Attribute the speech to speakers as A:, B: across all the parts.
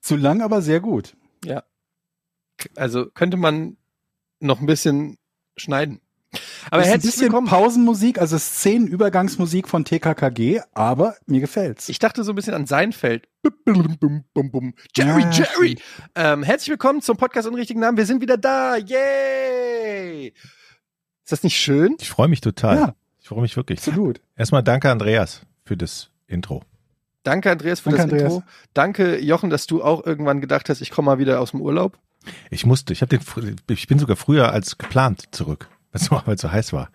A: Zu lang, aber sehr gut.
B: Ja. Also könnte man noch ein bisschen schneiden.
A: Aber ist ein bisschen Pausenmusik, also Szenenübergangsmusik von TKKG, aber mir gefällt's.
B: Ich dachte so ein bisschen an Seinfeld. Bum, bum, bum, bum. Jerry,
A: Ja,
B: Jerry! Ähm, herzlich willkommen zum Podcast und richtigen Namen. Wir sind wieder da. Yay! Ist das nicht schön?
C: Ich freue mich total.
A: Ja.
C: Ich freue mich wirklich.
A: Absolut.
C: Erstmal danke Andreas für das Intro.
B: Danke, Andreas, für
A: Danke,
B: das
A: Andreas.
B: Intro. Danke, Jochen, dass du auch irgendwann gedacht hast, ich komme mal wieder aus dem Urlaub.
C: Ich musste, ich habe den, fr- ich bin sogar früher als geplant zurück, weil es weil es so heiß war.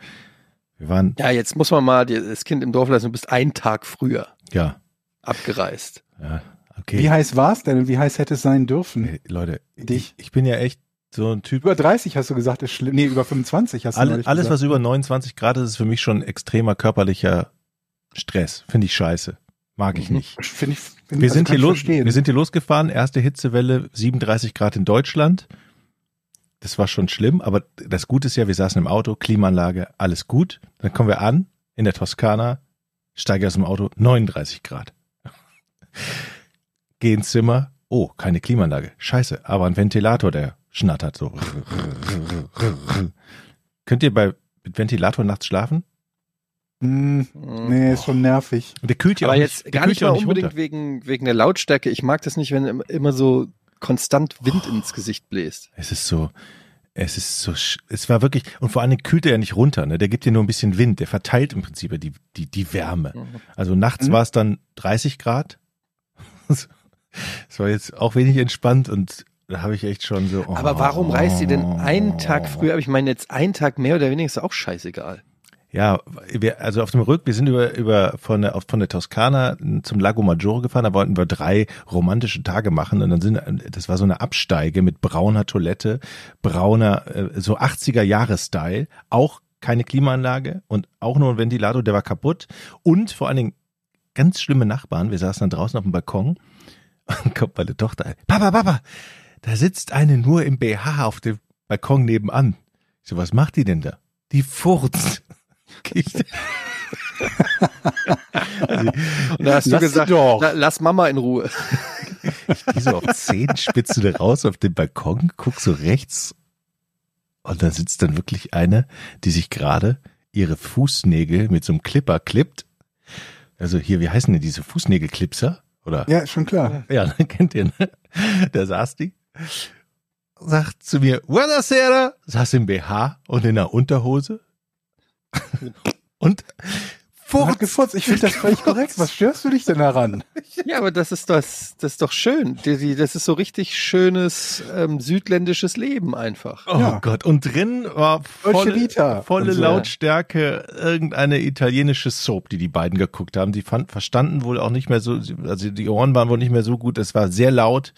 C: Wir waren,
B: Ja, jetzt muss man mal dir- das Kind im Dorf lassen. Du bist einen Tag früher
C: ja,
B: abgereist.
C: ja
A: Wie
C: okay.
A: heiß war's denn und wie heiß hätte es sein dürfen?
C: Hey, Leute,
A: Dich.
C: ich, ich bin ja echt so ein Typ.
A: Über 30 hast du gesagt, ist schlimm. Nee, über 25 hast du
C: Alle,
A: neulich
C: alles,
A: gesagt.
C: was über 29 Grad ist, ist für mich schon extremer körperlicher Stress. Finde ich scheiße. Mag ich
B: Mhm.
C: nicht.
A: Find ich, find,
C: Wir
A: also
C: sind,
A: kann
C: hier
A: ich
C: los,
A: verstehen.
C: wir sind hier losgefahren, erste Hitzewelle, 37 Grad in Deutschland. Das war schon schlimm, aber das Gute ist ja, wir saßen im Auto, Klimaanlage, alles gut. Dann kommen wir an in der Toskana, steige aus dem Auto, 39 Grad. Geh ins Zimmer, oh, keine Klimaanlage, scheiße, aber ein Ventilator, der schnattert so. Könnt ihr bei mit Ventilator nachts schlafen?
A: Hm, nee, ist schon nervig.
C: Und der kühlt ja
B: Aber
C: auch
B: jetzt
C: nicht, der
B: gar
C: kühlt
B: nicht
C: ja
B: mal
C: auch
B: unbedingt
C: runter.
B: wegen, wegen der Lautstärke. Ich mag das nicht, wenn im- immer so konstant Wind ins Gesicht bläst.
C: Es ist so, es ist so, sch- es war wirklich, und vor allem kühlt er ja nicht runter, ne? Der gibt dir nur ein bisschen Wind, der verteilt im Prinzip ja die, die, die Wärme. Also nachts
A: Mhm.
C: war es dann 30 Grad. Es war jetzt auch wenig entspannt und da habe ich echt schon so. oh.
B: Aber warum reist ihr denn einen Tag früher? Aber ich meine, jetzt einen Tag mehr oder weniger ist auch scheißegal.
C: Ja, wir, also auf dem Rück, wir sind über, über von, der, auf- von der Toskana zum Lago Maggiore gefahren, da wollten wir drei romantische Tage machen und dann sind, das war so eine Absteige mit brauner Toilette, brauner, äh, so 80er Jahre Style, auch keine Klimaanlage und auch nur ein Ventilator, der war kaputt und vor allen Dingen ganz schlimme Nachbarn, wir saßen dann draußen auf dem Balkon und kommt meine Tochter ein, Papa, Papa, da sitzt eine nur im BH auf dem Balkon nebenan. Ich so, was macht die denn da? Die furzt. Ich,
B: Und da
A: Lass
B: hast du
A: sie
B: gesagt,
A: doch.
B: "La- lass Mama in Ruhe.
C: geh so auf Zehenspitzen da raus auf den Balkon, guck so rechts und da sitzt dann wirklich eine, die sich gerade ihre Fußnägel mit so einem Clipper klippt. Also hier, wie heißen denn diese Fußnägelclipser? Oder?
A: Ja, ist schon klar.
C: Ja, kennt ihr, ne? Da saß die, sagt zu mir, Buonasera, saß im BH und in der Unterhose und
A: Hat
C: furzt.
A: gefurzt. Ich finde das völlig korrekt. Was störst du dich denn daran?
B: Ja, aber das ist das, das ist doch schön. Die- die- Das ist so richtig schönes ähm, südländisches Leben einfach.
C: Oh
A: Ja.
C: Gott, und drin war
A: Dolce
C: volle,
A: Vita.
C: volle
A: und so.
C: Lautstärke irgendeine italienische Soap, die die beiden geguckt haben. Die fand, verstanden wohl auch nicht mehr so, also die Ohren waren wohl nicht mehr so gut, es war sehr laut.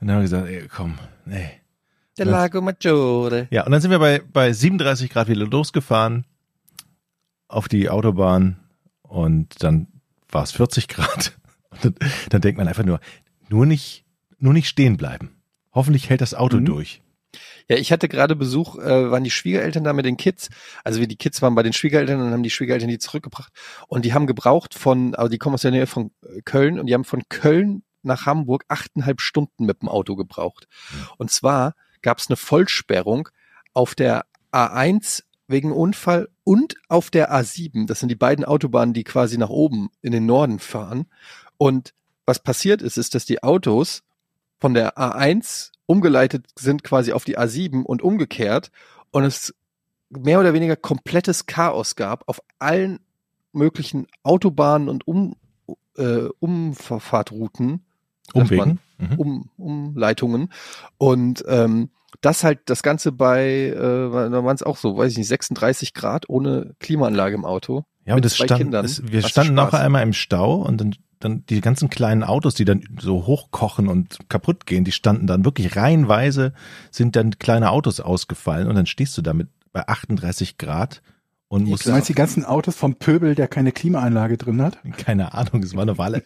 C: Und dann haben wir gesagt, ey, komm, nee.
B: Der Lago Maggiore.
C: Ja, und dann sind wir bei, bei 37 Grad wieder losgefahren auf die Autobahn und dann war es 40 Grad. Und dann, dann denkt man einfach nur, nur nicht, nur nicht stehen bleiben. Hoffentlich hält das Auto
A: Mhm.
C: durch.
B: Ja, ich hatte gerade Besuch, äh, waren die Schwiegereltern da mit den Kids. Also wie die Kids waren bei den Schwiegereltern und haben die Schwiegereltern die zurückgebracht. Und die haben gebraucht von, also die kommen aus der Nähe von äh, Köln und die haben von Köln nach Hamburg achteinhalb Stunden mit dem Auto gebraucht. Und zwar gab's eine Vollsperrung auf der A1 wegen Unfall und auf der A7. Das sind die beiden Autobahnen, die quasi nach oben in den Norden fahren. Und was passiert ist, ist, dass die Autos von der A1 umgeleitet sind quasi auf die A7 und umgekehrt und es mehr oder weniger komplettes Chaos gab auf allen möglichen Autobahnen und um, äh, Umfahrtrouten, sagt man,
C: Umwegen. Mhm.
B: um, Umleitungen. Und ähm, das halt das Ganze bei, äh, da waren es auch so, weiß ich nicht, 36 Grad ohne Klimaanlage im Auto.
C: Ja,
B: mit
C: und das
B: zwei
C: stand,
B: Kindern.
C: es,
B: Was
C: wir
B: für
C: standen
B: Spaß.
C: nachher einmal im Stau und dann, dann die ganzen kleinen Autos, die dann so hochkochen und kaputt gehen, die standen dann wirklich reihenweise, sind dann kleine Autos ausgefallen und dann stehst du damit bei 38 Grad und musst
A: Du meinst die ganzen Autos vom Pöbel, der keine Klimaanlage drin hat?
C: keine Ahnung, es waren auf alle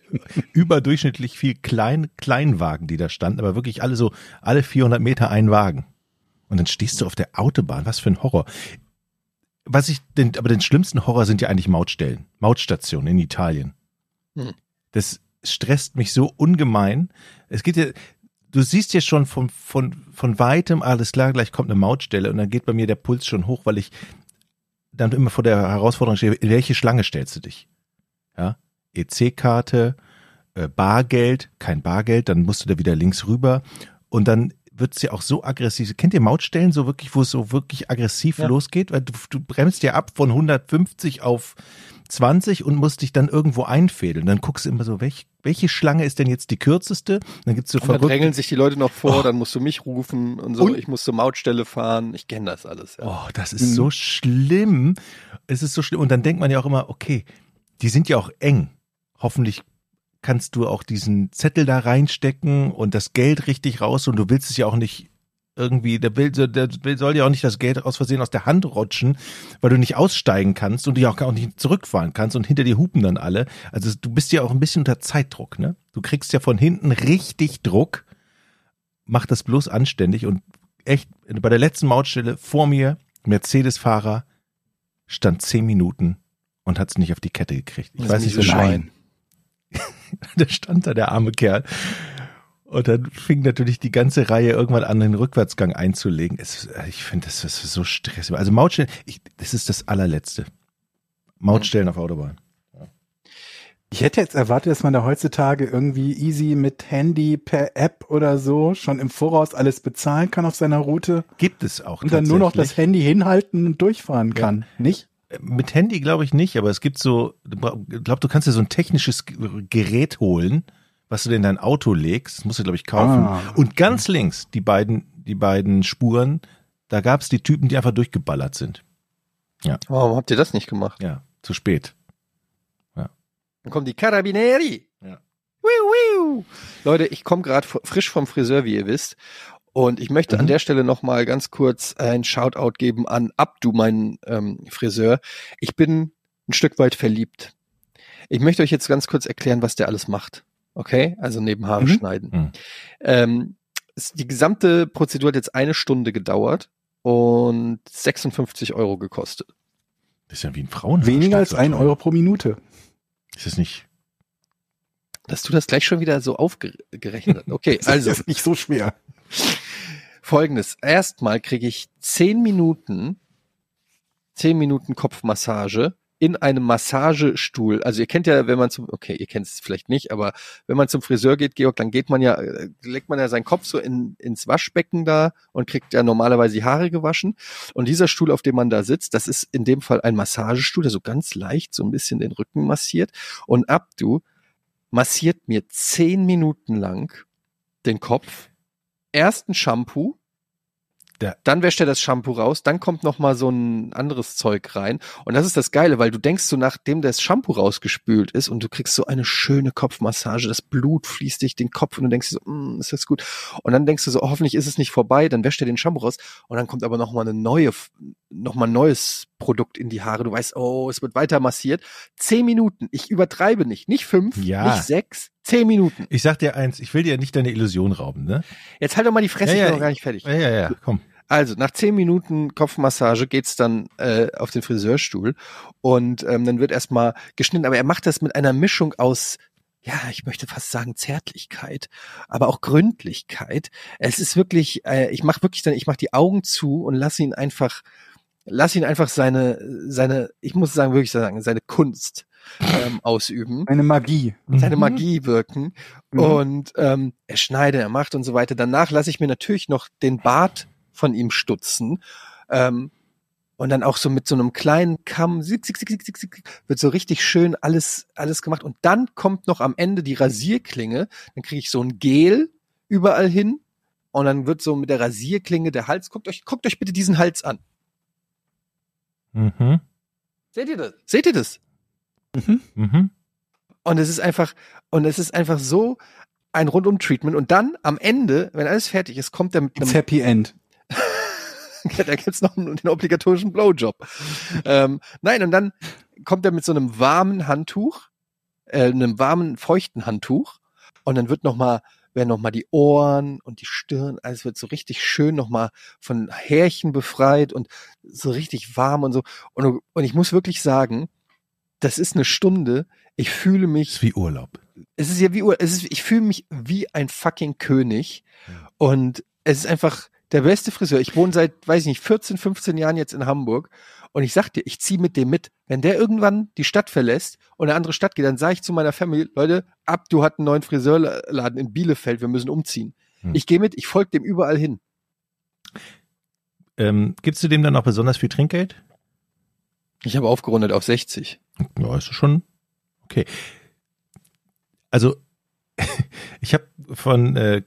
C: überdurchschnittlich viel Klein, Kleinwagen, die da standen, aber wirklich alle so, alle 400 Meter ein Wagen. Und dann stehst du auf der Autobahn, was für ein Horror. Was ich, den, aber den schlimmsten Horror sind ja eigentlich Mautstellen, Mautstationen in Italien.
B: Hm.
C: Das stresst mich so ungemein. Es geht ja, du siehst ja schon von, von, von weitem, alles klar, gleich kommt eine Mautstelle und dann geht bei mir der Puls schon hoch, weil ich dann immer vor der Herausforderung stehe, in welche Schlange stellst du dich? Ja, EC-Karte, äh, Bargeld, kein Bargeld, dann musst du da wieder links rüber und dann wird's ja auch so aggressiv. Kennt ihr Mautstellen so wirklich, wo es so wirklich aggressiv
D: Ja.
C: losgeht? Weil du, du bremst ja ab von 150 auf 20 und musst dich dann irgendwo einfädeln. Dann guckst du immer so, welch, welche Schlange ist denn jetzt die kürzeste? Dann gibt's so
B: Und dann
C: verrückte
B: drängeln sich die Leute noch vor, dann musst du mich rufen und so.
C: Oh. Und-
B: ich muss zur Mautstelle fahren. Ich kenne das alles. Ja.
C: Oh, das ist so schlimm. Es ist so schlimm. Und dann denkt man ja auch immer, okay, die sind ja auch eng. Hoffentlich kannst du auch diesen Zettel da reinstecken und das Geld richtig raus und du willst es ja auch nicht irgendwie, der will, der will, soll ja auch nicht das Geld aus Versehen aus der Hand rutschen, weil du nicht aussteigen kannst und dich auch gar nicht zurückfahren kannst und hinter dir hupen dann alle. Also du bist ja auch ein bisschen unter Zeitdruck, ne? Du kriegst ja von hinten richtig Druck. Mach das bloß anständig und echt bei der letzten Mautstelle vor mir, Mercedes-Fahrer, stand zehn Minuten und hat es nicht auf die Kette gekriegt. Ich
B: Das
C: weiß nicht,
B: miese
C: warum.
B: Schwein.
C: Da stand da der arme Kerl. Und dann fing natürlich die ganze Reihe irgendwann an, den Rückwärtsgang einzulegen. Es, äh, ich finde, das ist so stressig. Also Mautstellen, ich, das ist das allerletzte. Mautstellen auf Autobahn.
A: Ich hätte jetzt erwartet, dass man da heutzutage irgendwie easy mit Handy per App oder so schon im Voraus alles bezahlen kann auf seiner Route
C: Gibt es auch.
A: und dann nur noch das Handy hinhalten und durchfahren
C: Ja.
A: kann. Nicht?
C: Äh, Mit Handy glaube ich nicht, aber es gibt so, du bra- ich glaube, du kannst dir so ein technisches G- Gerät holen, was du dir in dein Auto legst. Das musst du, glaube ich, kaufen.
A: Ah.
C: Und ganz links, die beiden, die beiden Spuren, da gab es die Typen, die einfach durchgeballert sind.
B: Warum habt ihr das nicht gemacht?
C: Ja, zu spät.
B: Dann kommen die Carabinieri.
C: Ja.
B: Wiu, wiu. Leute, ich komme gerade frisch vom Friseur, wie ihr wisst. Und ich möchte an der Stelle nochmal ganz kurz ein Shoutout geben an Abdu, meinen ähm, Friseur. Ich bin ein Stück weit verliebt. Ich möchte euch jetzt ganz kurz erklären, was der alles macht. Okay? Also neben Haare
A: Mhm.
B: schneiden.
C: Mhm.
B: Ähm, es- die gesamte Prozedur hat jetzt eine Stunde gedauert und 56 Euro gekostet.
C: Das ist ja wie ein Frauenhaus.
A: Weniger als ein Euro pro Minute.
C: Ist das nicht?
B: Dass du das gleich schon wieder so aufgerechnet hast. Okay, also.
A: ist nicht so schwer.
B: Folgendes. Erstmal kriege ich zehn Minuten, zehn Minuten Kopfmassage in einem Massagestuhl. Also ihr kennt ja, wenn man zum, okay, ihr kennt es vielleicht nicht, aber wenn man zum Friseur geht, Georg, dann geht man ja, äh, legt man ja seinen Kopf so in, ins Waschbecken da und kriegt ja normalerweise die Haare gewaschen. Und dieser Stuhl, auf dem man da sitzt, das ist in dem Fall ein Massagestuhl, der so ganz leicht so ein bisschen den Rücken massiert. Und Abdu massiert mir zehn Minuten lang den Kopf. Erst ein Shampoo.
C: Der-
B: Dann wäscht er das Shampoo raus, dann kommt noch mal so ein anderes Zeug rein und das ist das Geile, weil du denkst so, nachdem das Shampoo rausgespült ist und du kriegst so eine schöne Kopfmassage, das Blut fließt dich den Kopf und du denkst so, "Mm, ist das gut? Und dann denkst du so, hoffentlich ist es nicht vorbei, dann wäscht er den Shampoo raus und dann kommt aber noch mal eine neue, noch mal ein neues Produkt in die Haare. Du weißt, oh, es wird weiter massiert. Zehn Minuten, ich übertreibe nicht, nicht fünf,
C: Ja.
B: nicht sechs, zehn Minuten.
C: Ich sag dir eins, ich will dir ja nicht deine Illusion rauben, ne?
B: Jetzt halt doch mal die Fresse,
C: Ja,
B: ich
C: ja,
B: bin noch gar nicht fertig.
C: Ja, ja, ja, komm.
B: Also, nach zehn Minuten Kopfmassage geht's dann äh, auf den Friseurstuhl und ähm, dann wird erstmal geschnitten. Aber er macht das mit einer Mischung aus, ja, ich möchte fast sagen Zärtlichkeit, aber auch Gründlichkeit. Es ist wirklich, äh, ich mache wirklich dann, ich mache die Augen zu und lass ihn einfach, lass ihn einfach seine, seine, ich muss sagen, wirklich sagen, seine Kunst ähm, ausüben
A: Eine Magie.
B: seine
C: Mhm.
B: Magie wirken.
A: Mhm.
B: Und ähm, er schneidet, er macht und so weiter. Danach lasse ich mir natürlich noch den Bart von ihm stutzen. Ähm, und dann auch so mit so einem kleinen Kamm, zick, zick, zick, zick, zick, zick, wird so richtig schön alles, alles gemacht. Und dann kommt noch am Ende die Rasierklinge. Dann kriege ich so ein Gel überall hin. Und dann wird so mit der Rasierklinge der Hals, guckt euch, guckt euch bitte diesen Hals an.
C: Mhm.
B: Seht ihr das? Seht ihr das?
C: Mhm.
B: Und es ist einfach, und es ist einfach so ein Rundum-Treatment. Und dann am Ende, wenn alles fertig ist, kommt er mit
A: Gibt's
B: einem,
A: Happy End.
B: da gibt's noch einen- den obligatorischen Blowjob. ähm, nein, und dann kommt er mit so einem warmen Handtuch, äh, einem warmen, feuchten Handtuch. Und dann wird noch mal, werden noch mal die Ohren und die Stirn, alles wird so richtig schön noch mal von Härchen befreit und so richtig warm und so. Und, und ich muss wirklich sagen, das ist eine Stunde. Ich fühle mich
C: Ist wie Urlaub.
B: es ist ja wie, Ur- es ist, ich fühle mich wie ein fucking König. Und es ist einfach der beste Friseur. Ich wohne seit, weiß ich nicht, 14, 15 Jahren jetzt in Hamburg. Und ich sag dir, ich ziehe mit dem mit. Wenn der irgendwann die Stadt verlässt und in eine andere Stadt geht, dann sage ich zu meiner Family, Leute, ab, du hast einen neuen Friseurladen in Bielefeld, wir müssen umziehen.
C: Hm.
B: Ich gehe mit, ich folge dem überall hin.
C: Ähm, gibst du dem dann auch besonders viel Trinkgeld?
B: Ich habe aufgerundet auf 60.
C: Ja, ist schon okay. Also, ich habe von äh,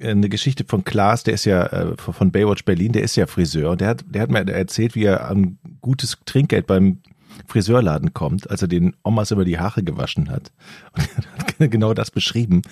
C: eine Geschichte von Klaas, der ist ja äh, von Baywatch Berlin, der ist ja Friseur und der hat, der hat mir erzählt, wie er an gutes Trinkgeld beim Friseurladen kommt, als er den Omas über die Haare gewaschen hat. Und er hat genau das beschrieben.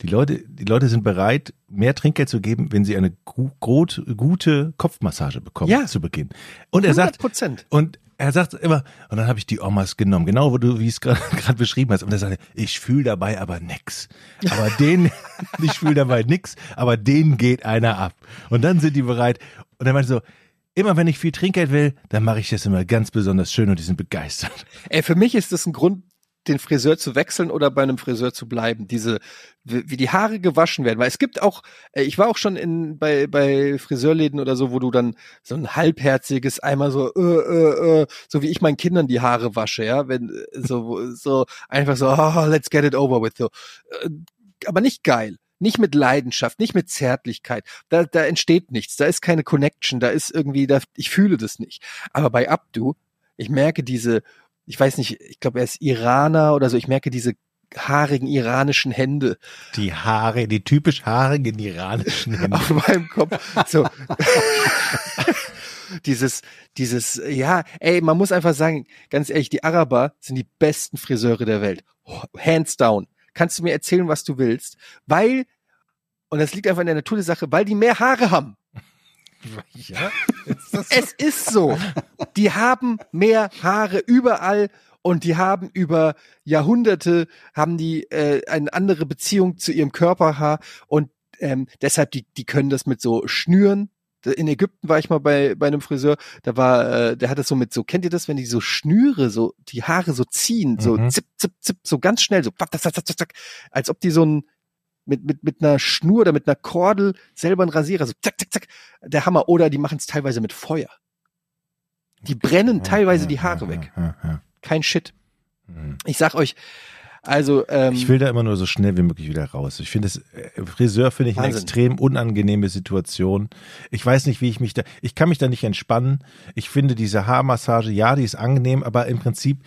C: Die Leute, die Leute sind bereit, mehr Trinkgeld zu geben, wenn sie eine gu gut, gute Kopfmassage bekommen
B: Ja.
C: zu Beginn. Und er sagt,
B: Prozent.
C: und er sagt immer, und dann habe ich die Omas genommen, genau wo du, wie es gerade gerade beschrieben hast. Und er sagte, ich fühle dabei aber nix. Aber den, ich fühle dabei nix, aber den geht einer ab. Und dann sind die bereit. Und er meinte so, immer wenn ich viel Trinkgeld will, dann mache ich das immer ganz besonders schön und die sind begeistert.
B: Ey, für mich ist das ein Grund, den Friseur zu wechseln oder bei einem Friseur zu bleiben. Diese, wie wie die Haare gewaschen werden. Weil es gibt auch, äh, ich war auch schon in, bei, bei Friseurläden oder so, wo du dann so ein halbherziges, einmal so, äh, äh, äh, so wie ich meinen Kindern die Haare wasche, ja, wenn, äh, so, wo- so, einfach so, oh, let's get it over with, so. Äh, Aber nicht geil. Nicht mit Leidenschaft, nicht mit Zärtlichkeit. Da, da entsteht nichts. Da ist keine Connection. Da ist irgendwie, da, ich fühle das nicht. Aber bei Abdu, ich merke diese, ich weiß nicht, ich glaube, er ist Iraner oder so. Ich merke diese haarigen iranischen Hände
C: Die Haare, die typisch haarigen iranischen Hände.
B: auf meinem Kopf. So. dieses, dieses, ja, ey, man muss einfach sagen, ganz ehrlich, die Araber sind die besten Friseure der Welt. Hands down. Kannst du mir erzählen, was du willst? Weil, und das liegt einfach in der Natur der Sache, weil die mehr Haare haben.
C: Ja,
B: Es ist so. Die haben mehr Haare überall und die haben über Jahrhunderte haben die äh, eine andere Beziehung zu ihrem Körperhaar und ähm, deshalb die die können das mit so Schnüren. In Ägypten war ich mal bei bei einem Friseur, da war äh, der hat das so mit so kennt ihr das, wenn die so Schnüre so die Haare so ziehen, so
C: Mhm.
B: zip zip zip so ganz schnell so zack zack zack zack zack, als ob die so ein mit, mit, mit einer Schnur oder mit einer Kordel selber einen Rasierer, so zack, zack, zack, der Hammer. Oder die machen es teilweise mit Feuer. Die brennen teilweise die Haare weg.
C: Ah, Ja, ja, Hm.
B: Kein Shit.
C: ja.
B: Ich sag euch, also, ähm,
C: Ich will da immer nur so schnell wie möglich wieder raus. Ich finde das äh, Friseur finde ich eine
B: Wahnsinn.
C: extrem unangenehme Situation. Ich weiß nicht, wie ich mich da ich kann mich da nicht entspannen. Ich finde diese Haarmassage, ja, die ist angenehm, aber im Prinzip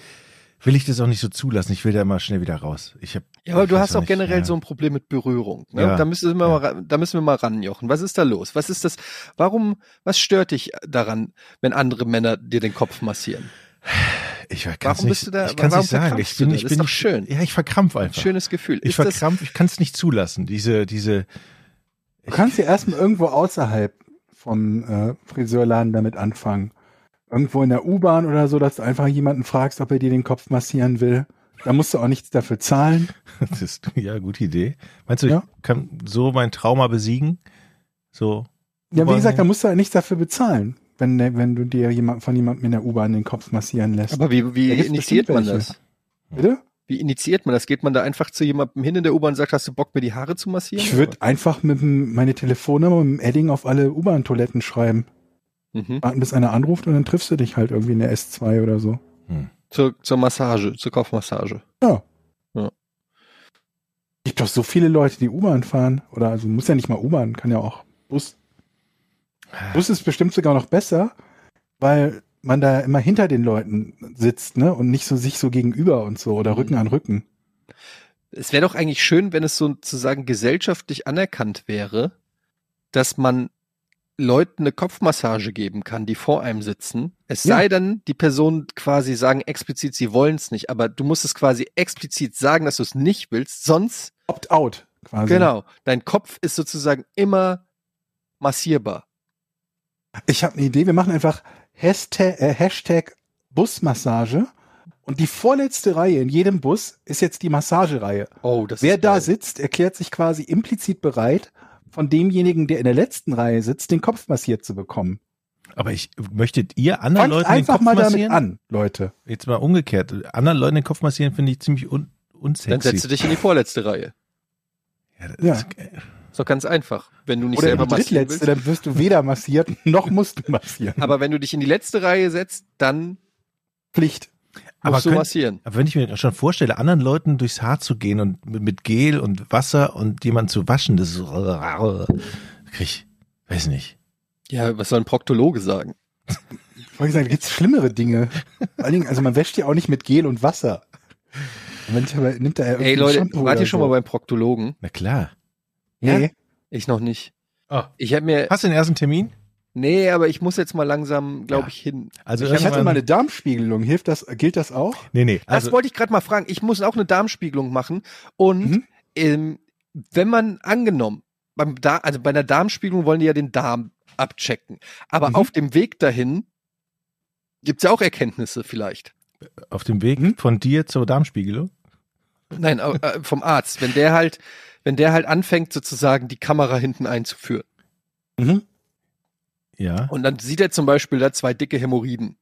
C: will ich das auch nicht so zulassen. Ich will da immer schnell wieder raus. Ich habe
B: ja, aber du
C: ich
B: hast
C: weiß
B: auch
C: nicht,
B: generell
C: ja.
B: so ein Problem mit Berührung. Ne?
C: Ja.
B: Da, müssen wir mal, ra- da müssen wir mal ran, Jochen. Was ist da los? Was ist das? Warum, was stört dich daran, wenn andere Männer dir den Kopf massieren?
C: ich kann's
B: Warum
C: nicht,
B: bist du da-
C: ich kann's
B: warum
C: nicht sagen.
B: verkrampfst
C: Ich
B: du
C: bin
B: da?
C: ich
B: Das
C: bin
B: ist doch
C: nicht-
B: schön.
C: Ja, ich verkrampf einfach.
B: Schönes Gefühl.
C: ich
B: ist das,
C: verkrampf, ich kann es nicht zulassen. Diese diese
A: Du kannst ja erstmal irgendwo außerhalb vom äh, Friseurladen damit anfangen. Irgendwo in der U-Bahn oder so, dass du einfach jemanden fragst, ob er dir den Kopf massieren will. Da musst du auch nichts dafür zahlen.
C: das ist ja gute Idee. Meinst du,
A: Ja.
C: ich kann so mein Trauma besiegen? So
A: Ja, wie
C: U-Bahn
A: gesagt,
C: hin?
A: da musst du halt nichts dafür bezahlen, wenn, der- wenn du dir jemand, von jemandem in der U-Bahn den Kopf massieren lässt.
B: aber wie, wie
A: Da gibt's
B: initiiert man
A: bestimmt
B: das?
A: welche. Bitte?
B: Wie initiiert man das? Geht man da einfach zu jemandem hin in der U-Bahn und sagt, hast du Bock, mir die Haare zu massieren?
A: Ich würde einfach mit dem, meine Telefonnummer mit dem Edding auf alle U-Bahn-Toiletten schreiben.
B: Mhm.
A: Warten, bis einer anruft und dann triffst du dich halt irgendwie in der S2 oder so.
B: Zur, zur Massage, zur Kopfmassage.
A: Gibt doch so viele Leute, die U-Bahn fahren. Oder also muss ja nicht mal U-Bahn, kann ja auch Bus. Bus ist bestimmt sogar noch besser, weil man da immer hinter den Leuten sitzt, ne? Und nicht so sich so gegenüber und so oder
B: Mhm.
A: Rücken an Rücken.
B: Es wäre doch eigentlich schön, wenn es sozusagen gesellschaftlich anerkannt wäre, dass man Leuten eine Kopfmassage geben kann, die vor einem sitzen. Es
A: Ja.
B: sei denn, die Personen quasi sagen explizit, sie wollen es nicht, aber du musst es quasi explizit sagen, dass du es nicht willst, sonst,
A: Opt-out quasi.
B: genau, dein Kopf ist sozusagen immer massierbar.
A: Ich habe eine Idee, wir machen einfach Hashtag, äh, Hashtag Busmassage und die vorletzte Reihe in jedem Bus ist jetzt die Massagereihe.
B: Oh, das
A: Wer
B: ist
A: da
B: geil.
A: sitzt, erklärt sich quasi implizit bereit, von demjenigen, der in der letzten Reihe sitzt, den Kopf massiert zu bekommen.
C: Aber ich möchtet ihr
A: Fangt
C: anderen Leuten den
A: einfach
C: Kopf
A: mal damit
C: massieren?
A: an, Leute.
C: Jetzt mal umgekehrt. Anderen Leuten den Kopf massieren finde ich ziemlich un unsexy.
B: Dann setzt du dich in die vorletzte Reihe.
C: ja, das
A: Ja.
C: Ist, äh,
B: Ist doch ganz einfach, wenn du nicht
A: Oder
B: selber
A: die
B: massieren
A: drittletzte,
B: willst.
A: dann wirst du weder massiert, noch musst du massieren.
B: Aber wenn du dich in die letzte Reihe setzt, dann
A: Pflicht.
C: aber,
B: musst du
C: könnt,
B: massieren.
C: aber wenn ich mir schon vorstelle, anderen Leuten durchs Haar zu gehen und mit- mit Gel und Wasser und jemand zu waschen, das ist, krieg ich, weiß nicht.
B: Ja, Äh, was soll ein Proktologe sagen?
A: Ich wollte sagen, gibt's schlimmere Dinge. Vor allen Dingen, also man wäscht ja auch nicht mit Gel und Wasser. Man nimmt da ja irgendwie
B: Ey Leute,
A: Shampoo
B: wart
A: oder
B: ihr schon mal beim Proktologen?
C: Na klar.
A: Nee.
B: Ja? Ich noch nicht.
C: Ah.
B: Ich habe mir,
C: Hast du den ersten Termin?
B: nee, aber ich muss jetzt mal langsam, glaube
C: Ja.
B: ich, hin.
C: Also
A: Ich hatte
C: irgendwann-
A: mal eine Darmspiegelung. Hilft das, gilt das auch?
C: Nee, nee.
B: Das
C: Also,
B: wollte ich gerade mal fragen. Ich muss auch eine Darmspiegelung machen. Und
A: Mhm.
B: ähm, wenn man angenommen, beim da also bei einer Darmspiegelung wollen die ja den Darm abchecken. Aber
A: Mhm.
B: auf dem Weg dahin gibt's ja auch Erkenntnisse vielleicht.
C: auf dem Weg
A: Hm?
C: von dir zur Darmspiegelung?
B: Nein, au- äh, vom Arzt. Wenn der halt, wenn der halt anfängt, sozusagen die Kamera hinten einzuführen. Mhm.
A: Ne,
C: Ja.
B: Und dann sieht er zum Beispiel da zwei dicke Hämorrhoiden.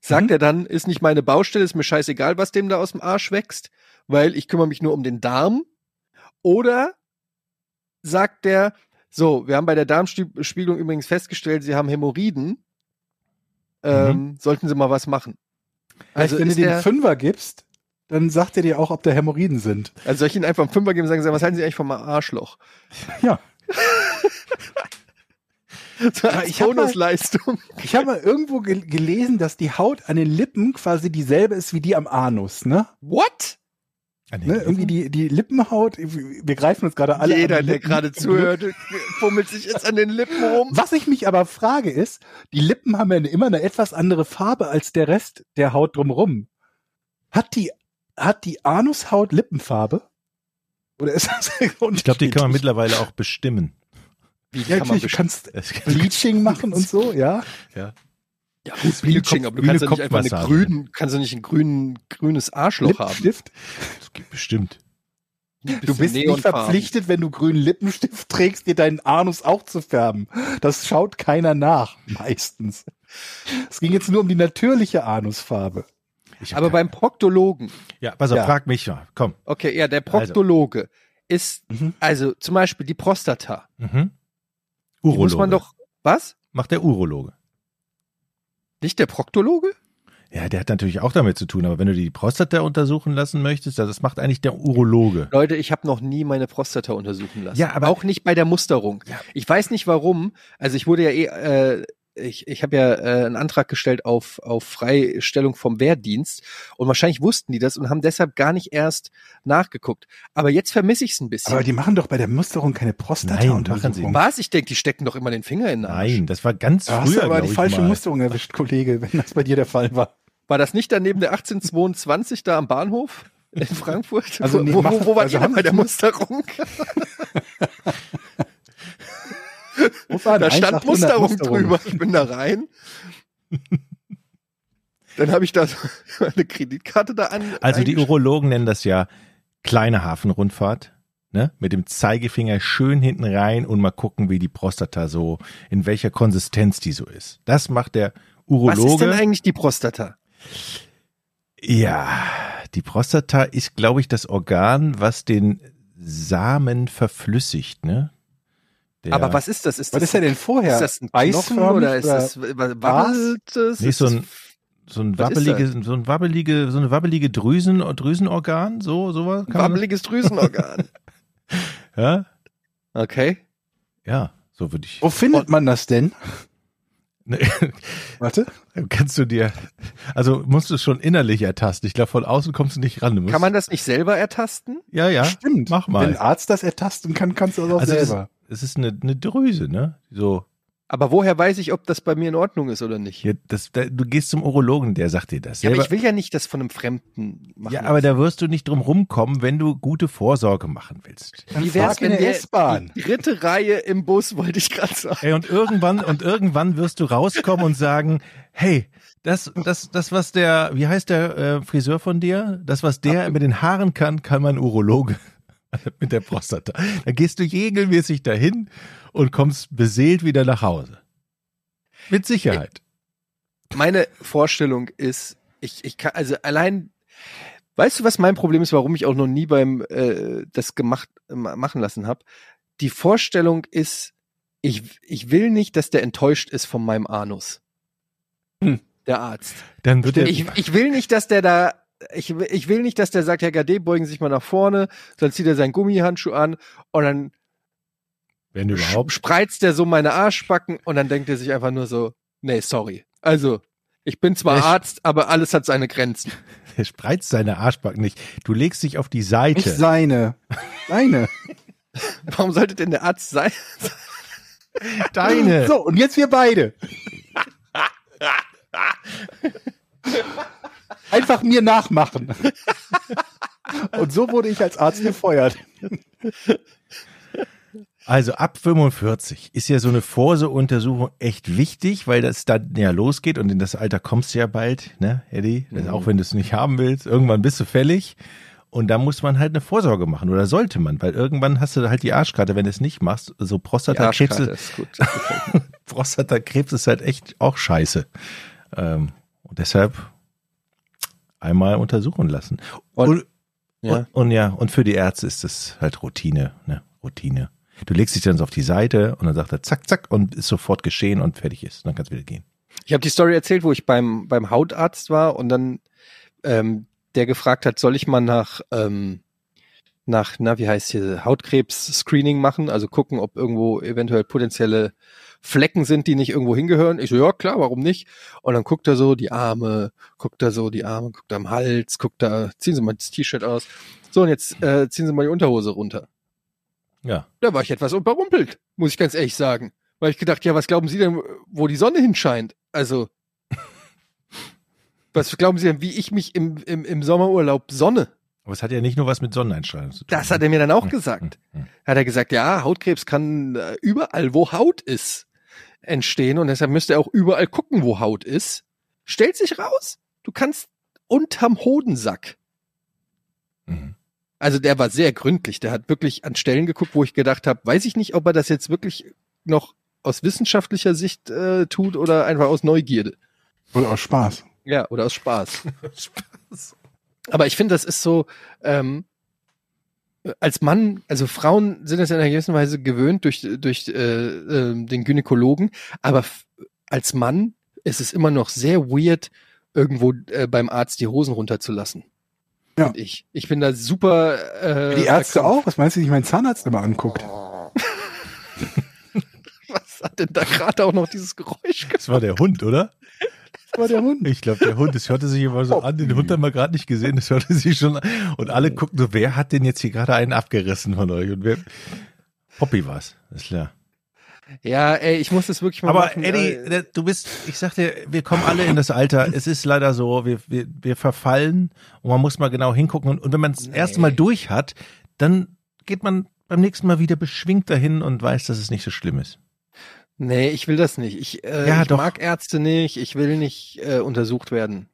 B: Sagt
A: Mhm.
B: er dann, ist nicht meine Baustelle, ist mir scheißegal, was dem da aus dem Arsch wächst, weil ich kümmere mich nur um den Darm? Oder sagt er, so, wir haben bei der Darmspiegelung übrigens festgestellt, Sie haben Hämorrhoiden, ähm, sollten Sie mal was machen.
A: Also
B: Also,
A: Mhm. wenn du
B: ist
A: den
B: der,
A: Fünfer gibst, dann sagt er dir auch, ob da Hämorrhoiden sind.
B: also soll ich Ihnen einfach einen Fünfer geben und sagen, sagen, was halten Sie eigentlich vom Arschloch?
A: Ja.
B: so
A: Ja,
B: als
A: ich hab mal-
B: Bonusleistung.
A: Ich habe mal irgendwo gel- gelesen, dass die Haut an den Lippen quasi dieselbe ist wie die am Anus, ne?
B: What?
C: Ah, nee.
A: ne? Irgendwie die, die Lippenhaut, wir greifen uns gerade alle. an
B: Jeder,
A: die
B: der
A: Lippen.
B: gerade zuhört, fummelt sich jetzt an den Lippen rum.
A: Was ich mich aber frage ist, die Lippen haben ja immer eine etwas andere Farbe als der Rest der Haut drumrum. Hat die, hat die Anushaut Lippenfarbe? Oder ist das
C: Ich glaube, die kann man mittlerweile auch bestimmen.
B: Wie
A: Ja,
B: kann man
A: natürlich, du
B: bestimmt-
A: kannst
C: Das kann-
A: Bleaching machen und so, ja.
B: ja, gut, Bleaching,
C: Kopf-
B: aber du kannst ja nicht
C: Biene
B: einfach eine
C: Kopfmassage.
B: grünen, kannst du nicht ein grün, grünes Arschloch haben.
A: Lippenstift.
C: das geht bestimmt.
A: Du bist nicht verpflichtet, wenn du grünen Lippenstift trägst, dir deinen Anus auch zu färben. Das schaut keiner nach, meistens. Es ging jetzt nur um die natürliche Anusfarbe.
C: Ich hab
B: Aber
C: keine-
B: beim Proktologen,
C: ja, pass auf,
A: Ja.
C: frag mich mal. Komm.
B: okay, ja, der Proktologe ist,
A: Mhm.
B: also zum Beispiel die Prostata.
C: Mhm.
B: Die
C: Urologe.
B: muss man doch, was?
C: Macht der Urologe.
B: Nicht der Proktologe?
C: Ja, der hat natürlich auch damit zu tun, aber wenn du die Prostata untersuchen lassen möchtest, also das macht eigentlich der Urologe.
B: Leute, ich habe noch nie meine Prostata untersuchen lassen.
C: Ja, aber-
B: auch nicht bei der Musterung.
C: Ja.
B: Ich weiß nicht warum. Also ich wurde ja eh, äh, ich, ich habe ja äh, einen Antrag gestellt auf, auf Freistellung vom Wehrdienst und wahrscheinlich wussten die das und haben deshalb gar nicht erst nachgeguckt. Aber jetzt vermisse ich es ein bisschen.
A: Aber die machen doch bei der Musterung keine
C: Nein, machen sie
A: Prostata-Untersuchung.
B: Was? Ich denke, die stecken doch immer den Finger in den Arsch.
C: Nein, das war ganz
A: Da hast
C: früher,
A: du aber
C: glaub
A: die
C: ich
A: falsche
C: mal.
A: Musterung erwischt, Kollege, wenn das bei dir der Fall war.
B: War das nicht daneben der 1822 da am Bahnhof? In Frankfurt?
A: Also nee,
B: wo,
A: mach-
B: wo, wo war
A: also
B: ihr denn
A: haben
B: bei der
A: sie-
B: Musterung?
A: Ruf an,
B: Da stand
A: 1800
B: Musterung drüber. Ich bin da rein. Dann habe ich da so eine Kreditkarte da an.
C: Also die
B: eingesch-
C: Urologen nennen das ja kleine Hafenrundfahrt. Ne? Mit dem Zeigefinger schön hinten rein und mal gucken, wie die Prostata so, in welcher Konsistenz die so ist. Das macht der
B: Was
C: Urologe.
B: ist denn eigentlich die Prostata?
C: Ja, die Prostata ist, glaube ich, das Organ, was den Samen verflüssigt, ne? Der-
B: Aber was ist das? Ist
A: Was
B: das,
A: ist denn denn vorher?
B: ist das ein Knochen
A: Eisförmig
B: oder ist
A: oder
B: das wabbeltes?
C: Nee,
B: Ist
C: so
B: das-
C: ein- So ein
B: Was ist
C: wabbelige, so ein wabbelige, so eine wabbelige Drüsen, Drüsenorgan, so, sowas?
B: ein
C: kann man-
B: wabbeliges Drüsenorgan.
C: Ja,
B: Okay.
C: ja, so würde
B: Oh.
C: ich.
A: Wo findet man das denn?
C: Ne,
A: Warte.
C: Kannst du dir, also musst du es schon innerlich ertasten. Ich glaube, von außen kommst du nicht ran. Du musst,
B: Kann man das nicht selber ertasten?
C: Ja, ja.
A: Stimmt.
C: Mach mal.
A: Wenn ein Arzt das ertasten kann, kannst du das auch
C: Also es,
A: selber.
C: es ist eine, eine Drüse, ne? So,
B: Aber woher weiß ich, ob das bei mir in Ordnung ist oder nicht?
C: ja, das, da, du gehst zum Urologen, der sagt dir das.
B: Ja, aber
C: Selber-
B: ich will ja nicht das von einem Fremden machen.
C: Ja, aber da wirst du nicht drum rumkommen, wenn du gute Vorsorge machen willst.
A: Dann
B: Wie wär's,
A: frag in
B: wenn
A: der
B: wir
A: S-Bahn?
B: die dritte Reihe im Bus, wollte ich gerade sagen.
C: Ey, und irgendwann, und irgendwann wirst du rauskommen und sagen, hey, das, das, das, was der, wie heißt der äh, Friseur von dir? Das, was der mit den Haaren kann, kann mein Urologe mit der Prostata. Dann gehst du regelmäßig dahin und kommst beseelt wieder nach Hause. Mit Sicherheit.
B: meine Vorstellung ist, ich, ich kann, also allein, Weißt du, was mein Problem ist, warum ich auch noch nie beim äh, das gemacht ma- machen lassen habe? Die Vorstellung ist, ich, ich will nicht, dass der enttäuscht ist von meinem Anus.
A: Hm.
B: Der Arzt.
C: Dann wird der,
B: Ich, ich will nicht, dass der da. Ich, will- ich will nicht, dass der sagt, Herr Gade, beugen Sie sich mal nach vorne, dann zieht er seinen Gummihandschuh an und dann
C: wenn
B: sch- spreizt der so meine Arschbacken und dann denkt er sich einfach nur so, nee, sorry. Also, ich bin zwar
C: Der sch-
B: Arzt, aber alles hat seine Grenzen.
C: der spreizt seine Arschbacken nicht. Du legst dich auf die
A: Nicht
C: Seite.
A: seine. Seine.
B: Warum sollte denn der Arzt sein?
C: Deine.
A: So, und jetzt wir beide. Einfach mir nachmachen. Und so wurde ich als Arzt gefeuert.
C: Also ab 45 ist ja so eine Vorseuntersuchung echt wichtig, weil das dann ja losgeht und in das Alter kommst du ja bald, ne, Eddie? Das, Auch wenn du es nicht haben willst, irgendwann bist du fällig. Und da muss man halt eine Vorsorge machen oder sollte man, weil irgendwann hast du halt die Arschkarte, wenn du es nicht machst. So Prostatakrebs,
B: Arschkarte ist gut. Okay.
C: Prostatakrebs ist halt echt auch scheiße. Ähm, und deshalb einmal untersuchen lassen.
B: Und-
C: Und,
B: ja.
C: und, und ja, und für die Ärzte ist das halt Routine, ne? Routine. Du legst dich dann so auf die Seite und dann sagt er zack, zack und ist sofort geschehen und fertig ist. Und dann kannst du wieder gehen.
B: Ich habe die Story erzählt, wo ich beim, beim Hautarzt war und dann ähm, der gefragt hat, soll ich mal nach, ähm, nach, na, wie heißt hier, Hautkrebs-Screening machen, also gucken, ob irgendwo eventuell potenzielle Flecken sind, die nicht irgendwo hingehören. Ich so, ja klar, warum nicht? Und dann guckt er so die Arme, guckt er so die Arme, guckt am Hals, guckt da, ziehen Sie mal das T-Shirt aus. So, und jetzt äh, ziehen Sie mal die Unterhose runter.
C: Ja.
B: Da war ich etwas überrumpelt, muss ich ganz ehrlich sagen. Weil ich gedacht, ja, was glauben Sie denn, wo die Sonne hinscheint? Also, was glauben Sie denn, wie ich mich im, im, im Sommerurlaub sonne?
C: Aber es hat ja nicht nur was mit Sonneneinstrahlung zu tun.
B: Das hat er mir dann auch gesagt.
C: Hm, hm.
B: Hat er gesagt, ja, Hautkrebs kann äh, überall, wo Haut ist, entstehen und deshalb müsste er auch überall gucken, wo Haut ist. Stellt sich raus, du kannst unterm Hodensack.
C: Mhm.
B: Also der war sehr gründlich. Der hat wirklich an Stellen geguckt, wo ich gedacht habe, weiß ich nicht, ob er das jetzt wirklich noch aus wissenschaftlicher Sicht äh, tut oder einfach aus Neugierde.
A: Oder aus Spaß.
B: Ja, oder aus Spaß. Aber ich finde, das ist so, ähm, als Mann, also Frauen sind es in einer gewissen Weise gewöhnt durch, durch äh, ähm, den Gynäkologen, aber f- als Mann ist es immer noch sehr weird, irgendwo äh, beim Arzt die Hosen runterzulassen.
A: Ja.
B: Find Ich. ich bin da super. Äh,
A: Die Ärzte
B: verkrampft.
A: auch? Was meinst du, wie ich meinen Zahnarzt immer anguckt?
B: Oh. Was hat denn da gerade auch noch dieses Geräusch gemacht?
C: Das war der Hund, oder?
A: Das war der Hund.
C: Ich glaube, der Hund, es hörte sich immer so an, den Hund haben wir gerade nicht gesehen, das hörte sich schon an. Und alle guckten so, wer hat denn jetzt hier gerade einen abgerissen von euch? Und wer? Poppy war's, ist klar.
B: Ja, ey, ich muss das wirklich mal
C: Aber
B: machen.
C: Eddie,
B: äh,
C: der- du bist, ich sag dir, wir kommen alle in das Alter. Es ist leider so, wir, wir, wir verfallen und man muss mal genau hingucken. Und, und wenn man das
B: Nee.
C: erste Mal durch hat, dann geht man beim nächsten Mal wieder beschwingt dahin und weiß, dass es nicht so schlimm ist.
B: nee, ich will das nicht. Ich, äh,
C: Ja,
B: ich
C: doch.
B: mag Ärzte nicht. Ich will nicht äh, untersucht werden.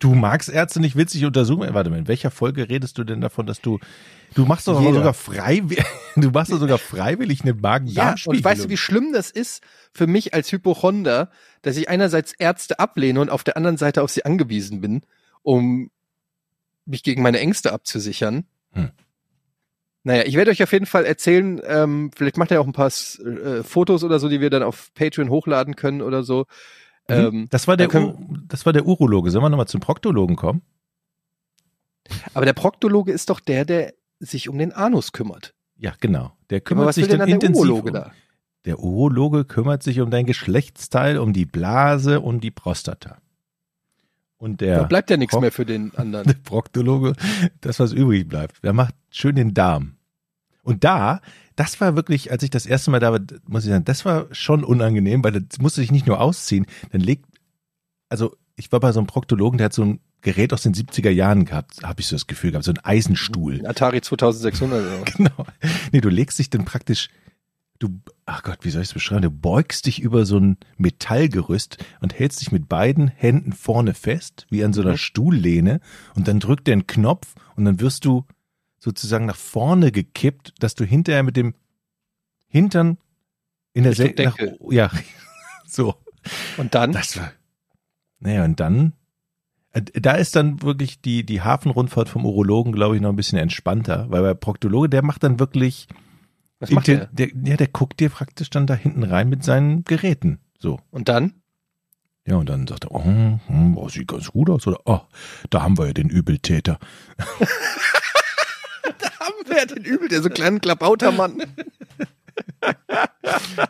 C: Du magst Ärzte nicht, willst dich untersuchen. Äh, Warte mal, in welcher Folge redest du denn davon, dass du, du machst doch
A: Jeder.
C: sogar freiwillig, du machst doch sogar freiwillig eine
B: Ja,
C: Magen-Darm-Spiegelung.
B: und weißt du, wie schlimm das ist für mich als Hypochonder, dass ich einerseits Ärzte ablehne und auf der anderen Seite auf sie angewiesen bin, um mich gegen meine Ängste abzusichern?
C: Hm.
B: Naja, ich werde euch auf jeden Fall erzählen, ähm, vielleicht macht er auch ein paar äh, Fotos oder so, die wir dann auf Patreon hochladen können oder so.
C: Mhm.
B: Ähm,
C: das war der,
B: da können-
C: U- das war der Urologe. Sollen wir nochmal zum Proktologen kommen?
B: aber der Proktologe ist doch der, der sich um den Anus kümmert.
C: Ja, genau. Der
B: Aber
C: kümmert
B: was
C: sich
B: will
C: dann
B: denn dann der
C: intensiv
B: Urologe
C: um,
B: da?
C: Der Urologe kümmert sich um dein Geschlechtsteil, um die Blase, um die Prostata. Und
B: Da
C: der,
B: bleibt ja nichts
C: Prokt-
B: mehr für den anderen.
C: der Proktologe, das was übrig bleibt, der macht schön den Darm. Und da, das war wirklich, als ich das erste Mal da war, muss ich sagen, das war schon unangenehm, weil das musste ich nicht nur ausziehen, dann legt, also ich war bei so einem Proktologen, der hat so ein Gerät aus den 70er Jahren gehabt, habe ich so das Gefühl gehabt, so ein Eisenstuhl
B: Atari 2600 oder was?
C: genau. Nee, du legst dich dann praktisch, du, ach Gott, wie soll ich es beschreiben? Du beugst dich über so ein Metallgerüst und hältst dich mit beiden Händen vorne fest, wie an so einer
B: Mhm.
C: Stuhllehne, und dann drückt der einen Knopf und dann wirst du sozusagen nach vorne gekippt, dass du hinterher mit dem Hintern in der
B: Richtung
C: Sen- nach-
B: Decke.
C: Ja, so.
B: Und dann?
C: Das war. Naja, und dann, äh, Da ist dann wirklich die, die Hafenrundfahrt vom Urologen, glaube ich, noch ein bisschen entspannter, weil bei Proktologe, der macht dann wirklich,
B: Was macht
C: der,
B: er?
C: der, ja, der guckt dir praktisch dann da hinten rein mit seinen Geräten. So.
B: Und dann?
C: Ja, und dann sagt er, oh, hm, oh, sieht ganz gut aus, oder? Oh, da haben wir ja den Übeltäter.
B: Haben wir den übel, der so kleinen Klabautermann. da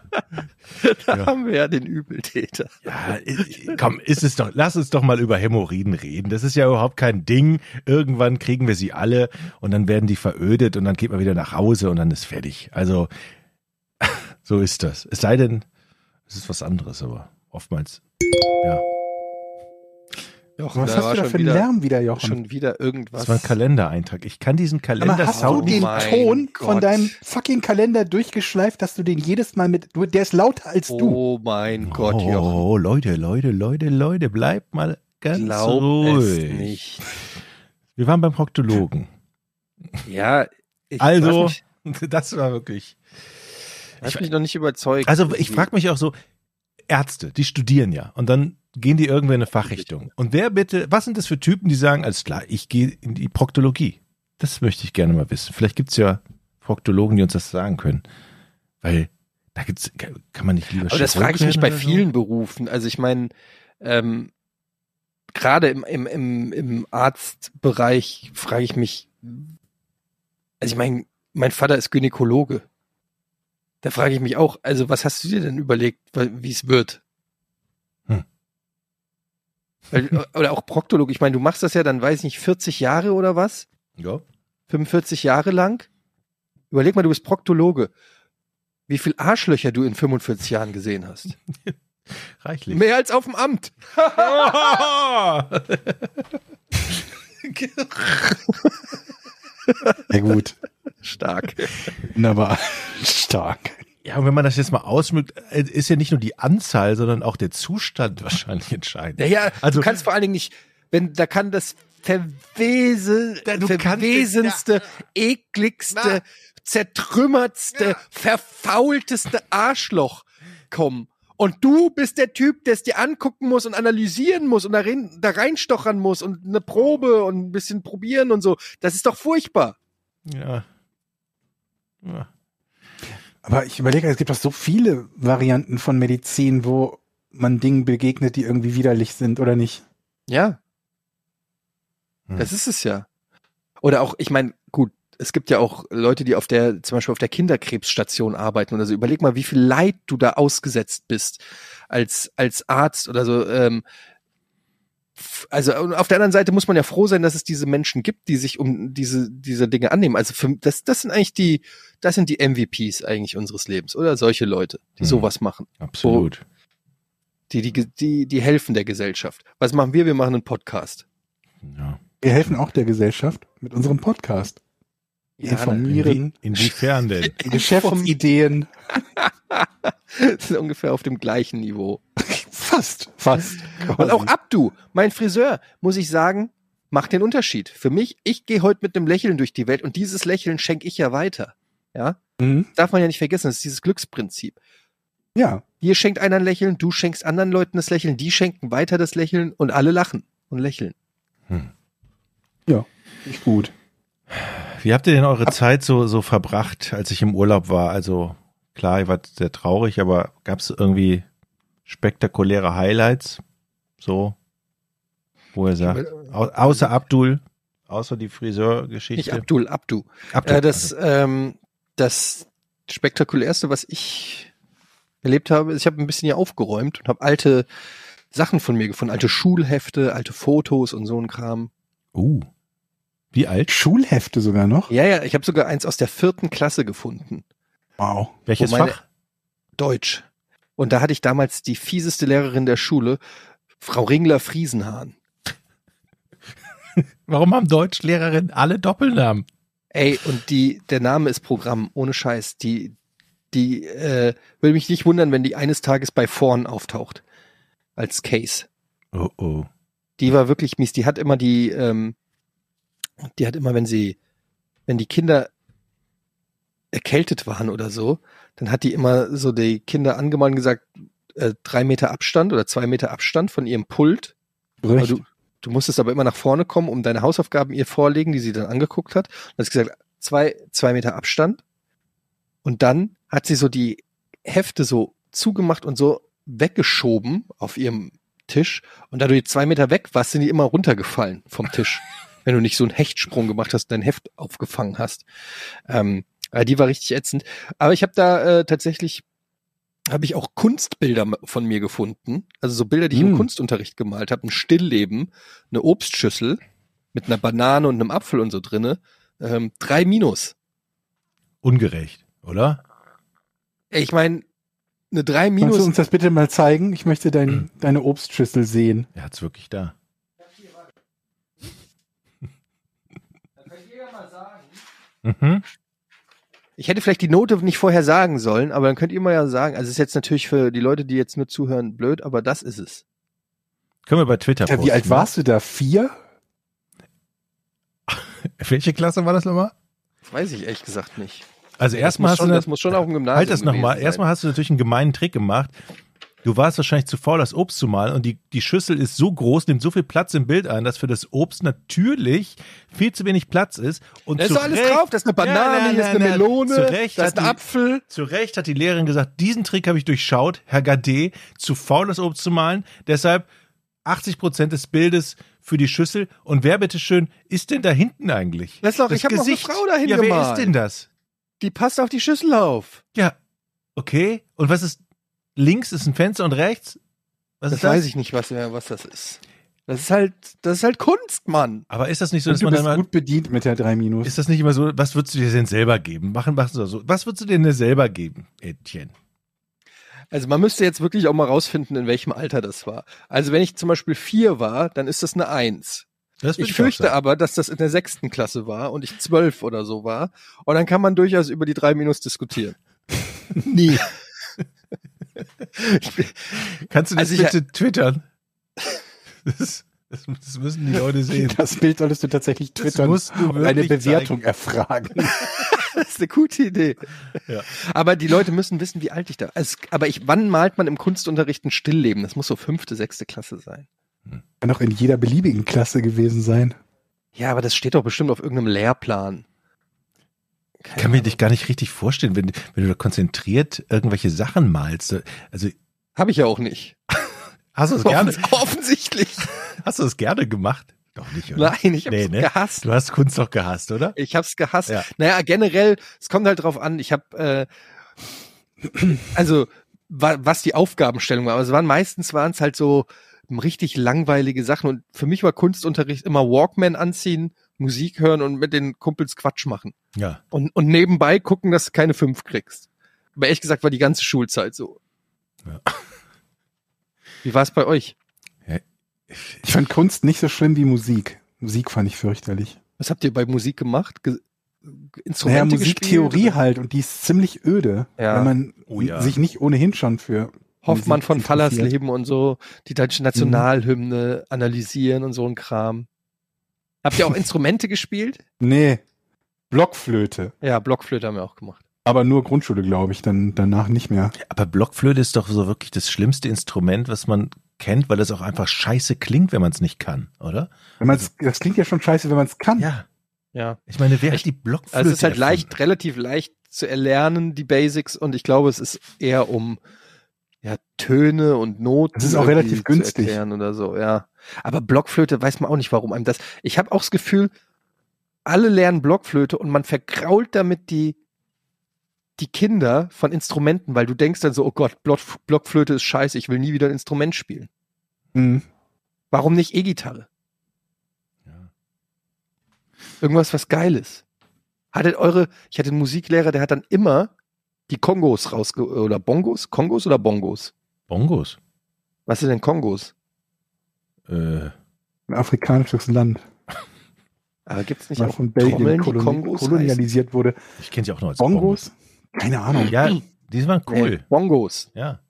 C: Ja.
B: haben wir ja den Übeltäter.
C: Ja, komm, ist es doch, lass uns doch mal über Hämorrhoiden reden. Das ist ja überhaupt kein Ding. Irgendwann kriegen wir sie alle und dann werden die verödet und dann geht man wieder nach Hause und dann ist fertig. Also, so ist das. Es sei denn, es ist was anderes, aber oftmals.
B: Jochen,
A: Was
B: da
A: hast
B: war
A: du da
B: schon
A: für einen
B: wieder-
A: Lärm wieder, Jochen?
B: Schon wieder irgendwas.
C: Das war ein Kalendereintrag. Ich kann diesen
A: Aber hast du
B: Sound-
C: Kalender-Sound
A: den
B: Oh Mein
A: Ton von
B: Gott.
A: deinem fucking Kalender durchgeschleift, dass du den jedes Mal mit. Du, der ist lauter als du.
B: oh mein Gott,
C: oh,
B: Jochen.
C: Leute, Leute, Leute, Leute, bleibt mal ganz
B: Glaub
C: ruhig.
B: es nicht.
C: Wir waren beim Proktologen.
B: Ja, ich
C: Also,
B: hast
C: das war wirklich.
B: mich, hat mich noch nicht überzeugt.
C: Also ich frage mich auch so, Ärzte, die studieren ja und dann gehen die irgendwo in eine Fachrichtung. Und wer bitte, was sind das für Typen, die sagen, alles klar, ich gehe in die Proktologie? Das möchte ich gerne mal wissen. Vielleicht gibt's ja Proktologen, die uns das sagen können. Weil da gibt's, kann man nicht lieber
B: Aber das
C: Chirurg
B: frage ich mich
C: werden
B: bei
C: oder so?
B: vielen Berufen. Also ich meine, ähm, gerade im, im, im, im Arztbereich frage ich mich, also ich meine, mein Vater ist Gynäkologe. Da frage ich mich auch, also was hast du dir denn überlegt, wie es wird?
C: Hm.
B: Weil, äh, oder auch Proktologe, ich meine, du machst das ja dann, weiß ich nicht, 40 Jahre oder was?
C: Ja.
B: 45 Jahre lang. Überleg mal, du bist Proktologe. Wie viel Arschlöcher du in 45 Jahren gesehen hast.
C: Reichlich.
B: Mehr als auf dem Amt.
A: Ja, gut.
B: Stark.
A: Wunderbar. Stark.
C: ja, und wenn man das jetzt mal ausschmückt, äh, ist ja nicht nur die Anzahl, sondern auch der Zustand wahrscheinlich entscheidend.
B: Naja,
C: Also-
B: also, du kannst vor allen Dingen nicht, wenn, da kann das verwesen,
C: Da- du kannst-
B: verwesenste, ekligste,
C: Na.
B: zertrümmertste, verfaulteste Arschloch kommen. Und du bist der Typ, der es dir angucken muss und analysieren muss und da, rein, da reinstochern muss und eine Probe und ein bisschen probieren und so. Das ist doch furchtbar.
C: Ja. ja.
A: Aber ich überlege, es gibt doch so viele Varianten von Medizin, wo man Dingen begegnet, die irgendwie widerlich sind oder nicht.
B: Ja.
C: Hm.
B: Das ist es ja. Oder auch, ich meine, gut, es gibt ja auch Leute, die auf der, zum Beispiel auf der Kinderkrebsstation arbeiten oder so. Überleg mal, wie viel Leid du da ausgesetzt bist als, als Arzt oder so. Ähm, f- also und auf der anderen Seite muss man ja froh sein, dass es diese Menschen gibt, die sich um diese, diese Dinge annehmen. Also für, das, das sind eigentlich die, das sind die MVPs eigentlich unseres Lebens oder solche Leute, die
C: Hm.
B: sowas machen
C: Absolut.
B: die, die, die, die helfen der Gesellschaft. Was machen wir? Wir machen einen Podcast.
C: Ja.
A: Wir helfen auch der Gesellschaft mit unserem Podcast. Wir informieren,
C: Inwiefern denn?
A: Geschäftsideen.
B: Das ist ungefähr auf dem gleichen Niveau.
A: Fast, fast.
B: Und auch
A: quasi.
B: Abdu, mein Friseur, muss ich sagen, macht den Unterschied. Für mich, ich gehe heute mit einem Lächeln durch die Welt und dieses Lächeln schenke ich ja weiter. Ja,
A: Mhm.
B: darf man ja nicht vergessen, das ist dieses Glücksprinzip.
A: Ja,
B: Hier schenkt einer ein Lächeln, du schenkst anderen Leuten das Lächeln, die schenken weiter das Lächeln und alle lachen und lächeln.
A: nicht gut.
C: Wie habt ihr denn eure Zeit so, so verbracht, als ich im Urlaub war? Also klar, ihr wart sehr traurig, aber gab es irgendwie spektakuläre Highlights? So, wo ihr sagt, au außer Abdul, außer die
B: Nicht
C: Friseurgeschichte.
B: Abdul, Abdu.
C: Abdul.
B: Äh, das, ähm, das spektakulärste, was ich erlebt habe, ist, ich habe ein bisschen hier aufgeräumt und habe alte Sachen von mir gefunden, alte Schulhefte, alte Fotos und so ein Kram.
C: uh, wie alt?
A: Schulhefte sogar noch.
B: Ja, ja, ich habe sogar eins aus der vierten Klasse gefunden,
A: Wow.
C: Welches
B: meine-
C: Fach?
B: Deutsch. Und da hatte ich damals die fieseste Lehrerin der Schule, Frau Ringler Friesenhahn.
C: Warum haben Deutschlehrerinnen alle Doppelnamen?
B: Ey, und die, der Name ist Programm, ohne Scheiß. Die, die, äh, will mich nicht wundern, wenn die eines Tages bei Vorn auftaucht. Als Case.
C: Oh oh.
B: die war wirklich mies. Die hat immer die, ähm, die hat immer, wenn sie, wenn die Kinder erkältet waren oder so, dann hat die immer so die Kinder angemahnt und gesagt, äh, drei Meter Abstand oder zwei Meter Abstand von ihrem Pult.
A: Recht.
B: Aber du, Du musstest aber immer nach vorne kommen, um deine Hausaufgaben ihr vorlegen, die sie dann angeguckt hat. Und hast gesagt, zwei, zwei Meter Abstand. Und dann hat sie so die Hefte so zugemacht und so weggeschoben auf ihrem Tisch. Und da du jetzt zwei Meter weg warst, sind die immer runtergefallen vom Tisch. wenn du nicht so einen Hechtsprung gemacht hast, dein Heft aufgefangen hast. Ähm, äh, die war richtig ätzend. Aber ich habe da äh, tatsächlich habe ich auch Kunstbilder von mir gefunden. Also so Bilder, die ich im
A: Hm.
B: Kunstunterricht gemalt habe. Ein Stillleben, eine Obstschüssel mit einer Banane und einem Apfel und so drinne. Ähm, drei Minus.
C: Ungerecht, oder?
B: Ey, Ich meine, eine drei
A: Kannst du
B: Minus.
A: uns das bitte mal zeigen? Ich möchte dein, deine Obstschüssel sehen.
C: Er hat's wirklich da. Mhm.
B: Ich hätte vielleicht die Note nicht vorher sagen sollen, aber dann könnt ihr mal ja sagen. Also es ist jetzt natürlich für die Leute, die jetzt nur zuhören, blöd, aber das ist es.
C: Können wir bei Twitter
A: Ja,
C: posten.
A: wie alt warst du da? Vier?
C: Welche Klasse war das nochmal?
B: Weiß ich ehrlich gesagt nicht.
C: Also
B: Das muss
C: erstmal hast
B: schon-
C: du
B: das muss schon auf dem Gymnasium
C: Halt das nochmal.
B: gewesen sein.
C: Erstmal hast du natürlich einen gemeinen Trick gemacht. Du warst wahrscheinlich zu faul, das Obst zu malen und die, die Schüssel ist so groß, nimmt so viel Platz im Bild ein, dass für das Obst natürlich viel zu wenig Platz ist. Und
B: Da ist
C: zu
B: doch alles
C: Recht-
B: drauf. Da ist eine Banane,
C: Ja, nein,
B: hier ist
C: nein,
B: eine
C: nein.
B: Melone,
C: Zu Recht
B: da
C: hat
B: ist ein
C: die-
B: Apfel.
C: Zu Recht hat die Lehrerin gesagt, diesen Trick habe ich durchschaut, Herr Gade, zu faul das Obst zu malen, deshalb 80 Prozent des Bildes für die Schüssel. Und wer bitteschön ist denn da hinten eigentlich?
B: Das ist doch- ich habe noch eine Frau dahin
C: Ja, wer
B: gemalt.
C: ist denn das?
B: Die passt auf die Schüssel auf.
C: Ja, okay. Und was ist, links ist ein Fenster und rechts? Was
B: Das,
C: ist das?
B: weiß ich nicht, was, was das ist. Das ist halt, das ist halt Kunst, Mann.
C: Aber ist das nicht so, dass
A: Und du
C: man dann
A: bist
C: mal,
A: gut bedient mit der 3 Minus.
C: ist das nicht immer so, was würdest du dir denn selber geben? Machen, machen Sie so. Was würdest du dir denn selber geben, Etienne?
B: Also man müsste jetzt wirklich auch mal rausfinden, in welchem Alter das war. Also wenn ich zum Beispiel vier war, dann ist das eine Eins.
C: Das würd
B: Ich
C: auch
B: fürchte
C: sagen.
B: aber, dass das in der sechsten Klasse war und ich zwölf oder so war. Und dann kann man durchaus über die drei Minus diskutieren.
C: nie. Kannst du das
B: Also ich-
C: bitte twittern? Das, das, das müssen die Leute sehen.
A: Das Bild solltest du tatsächlich twittern
C: musst du
A: und eine
C: wirklich
A: Bewertung erfragen.
B: Das ist eine gute Idee.
C: Ja.
B: Aber die Leute müssen wissen, wie alt ich da. Es, aber ich, wann malt man im Kunstunterricht ein Stillleben? Das muss so fünfte, sechste Klasse sein.
A: Kann doch in jeder beliebigen Klasse gewesen sein.
B: Ja, aber das steht doch bestimmt auf irgendeinem Lehrplan. Keine
C: Ich kann mir
B: Ahnung.
C: dich gar nicht richtig vorstellen, wenn, wenn du da konzentriert irgendwelche Sachen malst. Also
B: Hab ich ja auch nicht.
C: hast
B: Also
C: du es gerne,
B: Offens- Offensichtlich.
C: hast du es gerne gemacht? Doch nicht, oder?
B: Nein, ich hab's
C: Nee, ne?
B: gehasst.
C: Du hast Kunst doch gehasst, oder?
B: Ich hab's gehasst.
C: Ja.
B: Naja, generell, es kommt halt drauf an. Ich hab, äh, also, wa was die Aufgabenstellung war. Aber es waren meistens waren es halt so richtig langweilige Sachen. Und für mich war Kunstunterricht immer Walkman anziehen, Musik hören und mit den Kumpels Quatsch machen.
C: Ja.
B: Und, und nebenbei gucken, dass du keine fünf kriegst. Aber ehrlich gesagt war die ganze Schulzeit so.
C: Ja.
B: Wie war es bei euch?
A: Ich fand Kunst nicht so schlimm wie Musik. Musik fand ich fürchterlich.
B: Was habt ihr bei Musik gemacht? Ge Instrumente
A: Naja,
B: gespielt?
A: Musiktheorie halt und die ist ziemlich öde,
B: Ja.
A: wenn man
C: Oh ja.
A: sich nicht ohnehin schon für
B: Hoffmann
A: Musik
B: von Fallas
A: interessiert.
B: Leben und so, die deutsche Nationalhymne analysieren und so ein Kram. Habt ihr auch Instrumente gespielt?
A: Nee, Blockflöte.
B: Ja, Blockflöte haben wir auch gemacht.
A: Aber nur Grundschule, glaube ich, dann danach nicht mehr.
C: Aber Blockflöte ist doch so wirklich das schlimmste Instrument, was man kennt, weil das auch einfach scheiße klingt, wenn man es nicht kann, oder?
A: Wenn man's, das klingt ja schon scheiße, wenn man es kann.
C: Ja.
B: Ja.
C: Ich meine, wer hat die Blockflöte?
B: Also es ist halt
C: erfunden?
B: leicht, relativ leicht zu erlernen, die Basics, und ich glaube, es ist eher um ja, Töne und Noten.
A: Es ist auch
B: irgendwie
A: relativ
B: zu
A: günstig.
B: erklären Oder so, ja. Aber Blockflöte weiß man auch nicht, warum einem das. Ich habe auch das Gefühl, alle lernen Blockflöte und man verkrault damit die, die Kinder von Instrumenten, weil du denkst dann so, oh Gott, Block- Blockflöte ist scheiße, ich will nie wieder ein Instrument spielen.
A: Mhm.
B: Warum nicht E-Gitarre?
C: Ja.
B: Irgendwas, was geil ist. Hattet eure, ich hatte einen Musiklehrer, der hat dann immer die Kongos rausge, oder Bongos? Kongos oder Bongos?
C: Bongos.
B: Was sind denn Kongos?
C: Äh,
A: Ein afrikanisches Land,
B: Aber Ah, gibt's nicht
A: weil
B: auch
A: von Belgien
B: Trommeln, die
A: koloni
B: Kongos
A: kolonialisiert wurde.
C: ich kenne sie auch noch als Bongos.
A: Bongos? Keine Ahnung.
C: Ja, die waren
B: heißen?
C: cool.
B: Nee, Bongos.
C: Ja.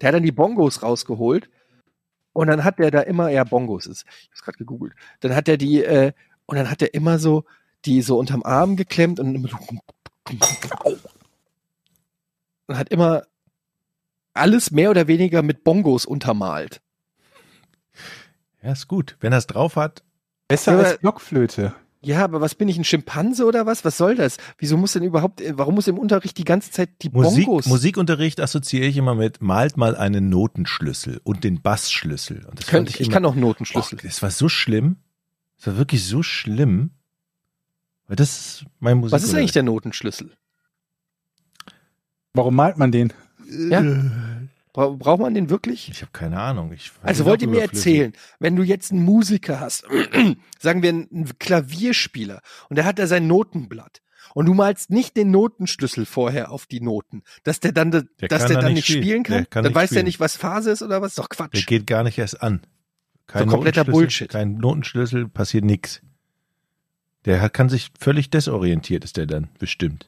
B: Der hat dann die Bongos rausgeholt und dann hat der da immer, ja, Bongos ist, ich hab's gerade gegoogelt, dann hat er die, äh, und dann hat er immer so, die so unterm Arm geklemmt und immer so und hat immer alles mehr oder weniger mit Bongos untermalt.
C: Ja, ist gut. Wenn er es drauf hat,
A: Besser
B: Ja, aber-
A: als Blockflöte.
B: Ja, aber was bin ich, ein Schimpanse oder was? Was soll das? Wieso muss denn überhaupt, äh, warum muss im Unterricht die ganze Zeit die
C: Musik,
B: Bongos?
C: Musikunterricht assoziiere ich immer mit, malt mal einen Notenschlüssel und den Bassschlüssel. Und das fand
B: Könnte ich, ich
C: immer-
B: kann auch
C: Och,
B: Notenschlüssel.
C: das war so schlimm. Das war wirklich so schlimm. Weil das ist mein Musik.
B: was ist eigentlich der Notenschlüssel?
A: Warum malt man den?
B: Ja?
C: Äh,
B: Bra braucht man den wirklich?
C: Ich habe keine Ahnung. Ich fand
B: Also
C: den
B: wollt ihr
C: auch
B: mir
C: überflüssig.
B: erzählen, wenn du jetzt einen Musiker hast, sagen wir einen Klavierspieler, und der hat da sein Notenblatt, und du malst nicht den Notenschlüssel vorher auf die Noten, dass der dann, de-
C: Der
B: dass
C: kann
B: der
C: da
B: dann
C: nicht
B: nicht
C: spielen.
B: spielen kann,
C: Der kann
B: dann
C: nicht
B: weiß der
C: spielen.
B: nicht, was Phase ist oder was? Ist doch
C: Der
B: Quatsch.
C: geht gar nicht erst an. Kein
B: So kompletter
C: Notenschlüssel,
B: Bullshit.
C: Kein Notenschlüssel, passiert nichts. Der hat- kann sich völlig desorientiert, ist der dann, bestimmt.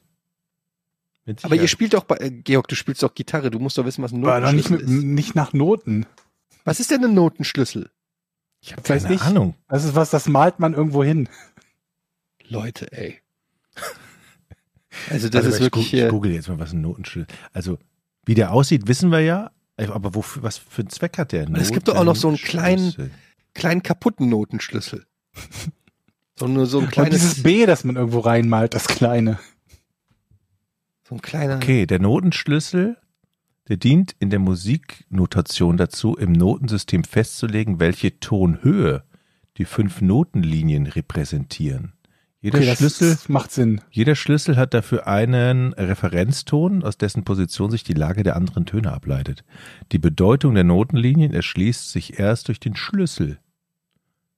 C: Mit
B: Aber ihr
C: Sicherheit.
B: spielt doch, bei, äh, Georg, du spielst doch Gitarre, du musst doch wissen, was ein
A: War doch nicht,
B: Notenschlüssel
A: mit,
B: ist.
A: nicht nach Noten.
B: Was ist denn ein Notenschlüssel?
C: ich habe
A: Weiß
C: keine
A: ich.
C: Ahnung.
A: Das ist was, das malt man irgendwo hin.
B: Leute, ey. Also das
C: Warte mal,
B: ist wirklich
C: ich, gu- ich
B: hier.
C: google jetzt mal, was ein Notenschlüssel. Also, wie der aussieht, wissen wir ja. Aber wofür, was für einen Zweck hat der?
B: es gibt doch auch noch so einen
C: Notenschlüssel.
B: kleinen kaputten Notenschlüssel. So, nur so ein
A: Und
B: kleines,
A: dieses B, das man irgendwo reinmalt, das kleine.
B: so ein kleiner.
C: Okay, der Notenschlüssel, der dient in der Musiknotation dazu, im Notensystem festzulegen, welche Tonhöhe die fünf Notenlinien repräsentieren. Jeder,
A: Okay, das
C: Schlüssel,
A: ist- macht Sinn.
C: jeder Schlüssel hat dafür einen Referenzton, aus dessen Position sich die Lage der anderen Töne ableitet. Die Bedeutung der Notenlinien erschließt sich erst durch den Schlüssel.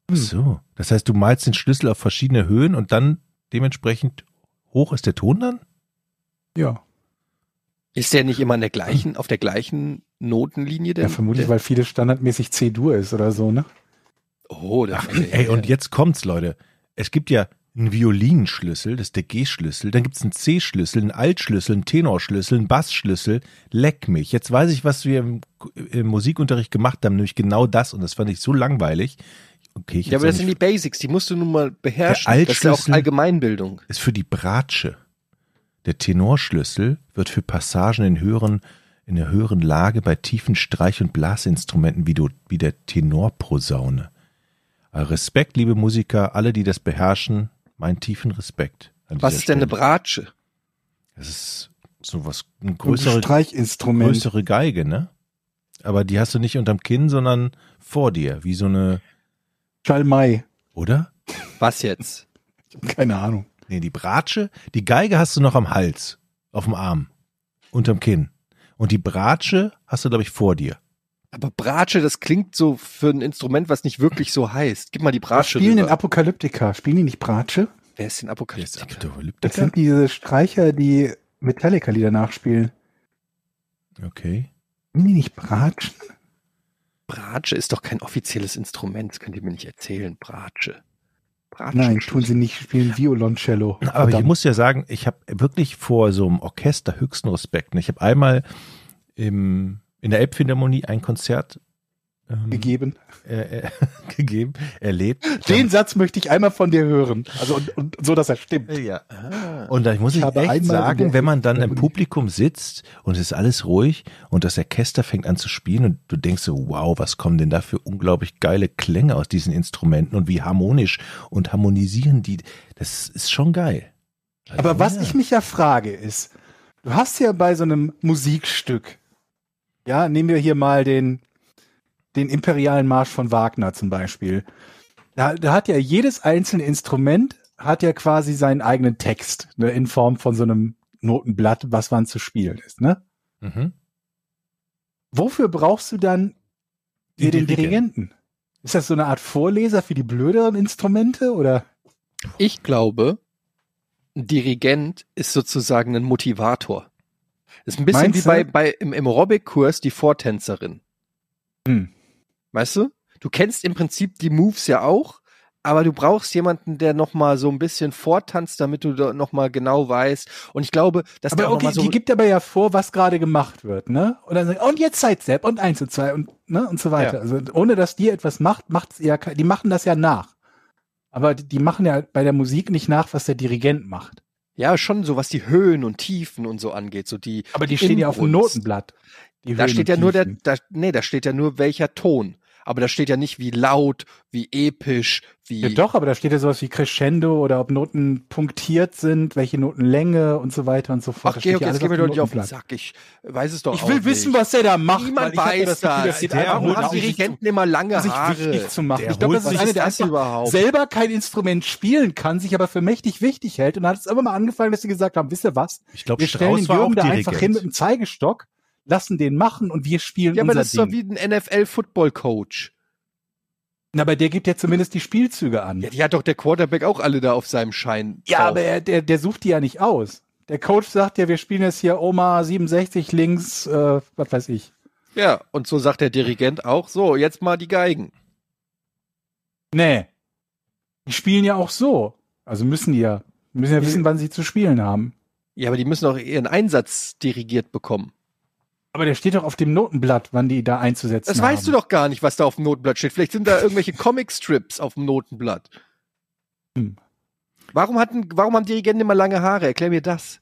A: Hm.
C: Ach so, das heißt, du malst den Schlüssel auf verschiedene Höhen und dann dementsprechend hoch ist der Ton dann?
A: Ja,
B: Ist der nicht immer an der gleichen, auf der gleichen Notenlinie? Der,
A: ja vermutlich,
B: der,
A: weil viele standardmäßig C-Dur ist oder so, ne?
B: Oh, der
C: Ach, ey, und jetzt kommt's, Leute. Es gibt ja einen Violinschlüssel, das ist der G-Schlüssel, dann gibt's einen C-Schlüssel, einen Altschlüssel, einen Tenorschlüssel, einen Bassschlüssel. Leck mich. Jetzt weiß ich, was wir im, im Musikunterricht gemacht haben, nämlich genau das und das fand ich so langweilig. Okay, ich
B: ja, aber das
C: hab's auch
B: sind
C: nicht-
B: die Basics, die musst du nun mal beherrschen.
C: Der
B: Das ist ja auch
C: Altschlüssel-
B: Allgemeinbildung.
C: ist für die Bratsche. Der Tenorschlüssel wird für Passagen in höheren in der höheren Lage bei tiefen Streich- und Blasinstrumenten wie, du, wie der Tenorposaune. Äh, Respekt, liebe Musiker, alle, die das beherrschen, meinen tiefen Respekt. an
B: Was
C: dieser
B: ist denn eine
C: Stelle.
B: Bratsche?
C: Das ist sowas, eine
A: Und
C: größere,
A: Streichinstrument.
C: größere Geige, ne? Aber die hast du nicht unterm Kinn, sondern vor dir, wie so eine,
A: Schalmei.
C: oder?
B: Was jetzt?
A: Ich hab keine Ahnung.
C: Nee, die Bratsche, die Geige hast du noch am Hals, auf dem Arm, unterm Kinn. Und die Bratsche hast du, glaube ich, vor dir.
B: Aber Bratsche, das klingt so für ein Instrument, was nicht wirklich so heißt. Gib mal die Bratsche
A: Spielen den
B: rüber.
A: Apokalyptiker. Spielen die nicht Bratsche?
B: Wer ist denn Apokalyptiker?
A: Das sind diese Streicher, die Metallica-Lieder nachspielen.
C: Okay.
A: Spielen die nicht Bratschen?
B: Bratsche ist doch kein offizielles Instrument, das könnt ihr mir nicht erzählen. Bratsche. Bratsche
A: Nein, tun sie nicht. Spielen Violoncello.
C: Aber ich muss ja sagen, ich habe wirklich vor so einem Orchester höchsten Respekt. Und Ich habe einmal im, in der Elbphilharmonie ein Konzert ähm,
A: gegeben.
C: Äh, äh, gegeben, erlebt.
A: Den Satz möchte ich einmal von dir hören. Also und, und so, dass er stimmt.
C: Äh, ja.
B: Ah.
C: Und da muss
A: Ich
C: ich,
A: habe einmal
C: echt
A: in der-
C: sagen, wenn man dann im Publikum sitzt und es ist alles ruhig und das Orchester fängt an zu spielen und du denkst so, wow, was kommen denn da für unglaublich geile Klänge aus diesen Instrumenten und wie harmonisch und harmonisieren die. Das ist schon geil. Also
A: Aber was
C: Ja.
A: ich mich ja frage ist, du hast ja bei so einem Musikstück, ja, nehmen wir hier mal den, den imperialen Marsch von Wagner zum Beispiel. Da, da hat ja jedes einzelne Instrument hat ja quasi seinen eigenen Text ne, in Form von so einem Notenblatt, was wann zu spielen ist. Ne?
C: Mhm.
A: Wofür brauchst du dann hier den
C: Den
A: Dirigenten? Ist das so eine Art Vorleser für die blöderen Instrumente oder?
B: Ich glaube, ein Dirigent ist sozusagen ein Motivator. Ist ein bisschen
A: Meinst
B: wie
A: du?
B: bei, bei im, im Aerobic-Kurs die Vortänzerin.
A: Hm.
B: Weißt du? Du kennst im Prinzip die Moves ja auch, aber du brauchst jemanden, der nochmal so ein bisschen vortanzt, damit du da nochmal genau weißt. Und ich glaube, dass
A: Aber
B: der auch noch
A: okay,
B: mal so
A: die gibt aber ja vor, was gerade gemacht wird, ne? Und dann sagen, und jetzt Sidestep und eins und zwei und ne und so weiter.
B: Ja.
A: Also ohne dass die etwas macht, macht's ja ke- die machen das ja nach. Aber die, die machen ja bei der Musik nicht nach, was der Dirigent macht.
B: ja schon so, was die Höhen und Tiefen und so angeht. So die,
A: Aber die stehen ja auf dem
B: Inbrunst.
A: Notenblatt. die
B: Da
A: Höhen und
B: steht ja nur der,
A: Tiefen.
B: da, nee, da steht ja nur welcher Ton. Aber da steht ja nicht, wie laut, wie episch, wie.
A: Ja, doch, aber da steht ja sowas wie Crescendo oder ob Noten punktiert sind, welche Notenlänge und so weiter und so fort.
B: Ach,
A: Das steht
B: Georg,
A: ja
B: jetzt
A: alles
B: gehen wir doch nicht auf den
A: Notenblatt.
B: Sack. Ich weiß es doch
A: Ich
B: auch
A: will
B: nicht.
A: wissen, was der da macht. weil
B: Niemand
A: ich hab
B: weiß das.
A: Gefühl, das geht
C: Der
A: einfach
B: Warum
A: nur
B: haben die
A: darum,
B: Regenten immer lange
A: sich
B: Haare?
A: wichtig zu machen.
C: Der
A: Ich glaube, das
C: holt
A: ist
C: sich
A: einer,
B: das
A: der einfach
B: überhaupt?
A: selber kein Instrument spielen kann, sich aber für mächtig wichtig hält. Und dann hat es immer mal angefangen, dass sie gesagt haben, wisst ihr was?
C: Ich glaube,
A: wir stellen den
C: Strauß war auch
A: Jürgen da einfach hin mit
C: Dirigent.
A: dem Zeigestock, lassen den machen und wir spielen
B: Ja, aber
A: unser
B: das ist doch
A: Ding.
B: wie ein NFL-Football-Coach.
A: Na, aber der gibt ja zumindest die Spielzüge an.
B: Ja, die hat doch der Quarterback auch alle da auf seinem Schein.
A: Ja,
B: drauf.
A: aber er, der, der sucht die ja nicht aus. Der Coach sagt ja, wir spielen jetzt hier Oma 67 links, äh, was weiß ich.
B: Ja, und so sagt der Dirigent auch, so, jetzt mal die Geigen.
A: Nee. Die spielen ja auch so. Also müssen die ja. Die müssen ja wissen, wann sie zu spielen haben.
B: Ja, aber die müssen auch ihren Einsatz dirigiert bekommen.
A: Aber der steht doch auf dem Notenblatt, wann die da einzusetzen
B: Das
A: haben.
B: weißt du doch gar nicht, was da auf dem Notenblatt steht. Vielleicht sind da irgendwelche Comicstrips auf dem Notenblatt.
A: Hm.
B: Warum, hatten, warum haben Dirigenten immer lange Haare? Erklär mir das.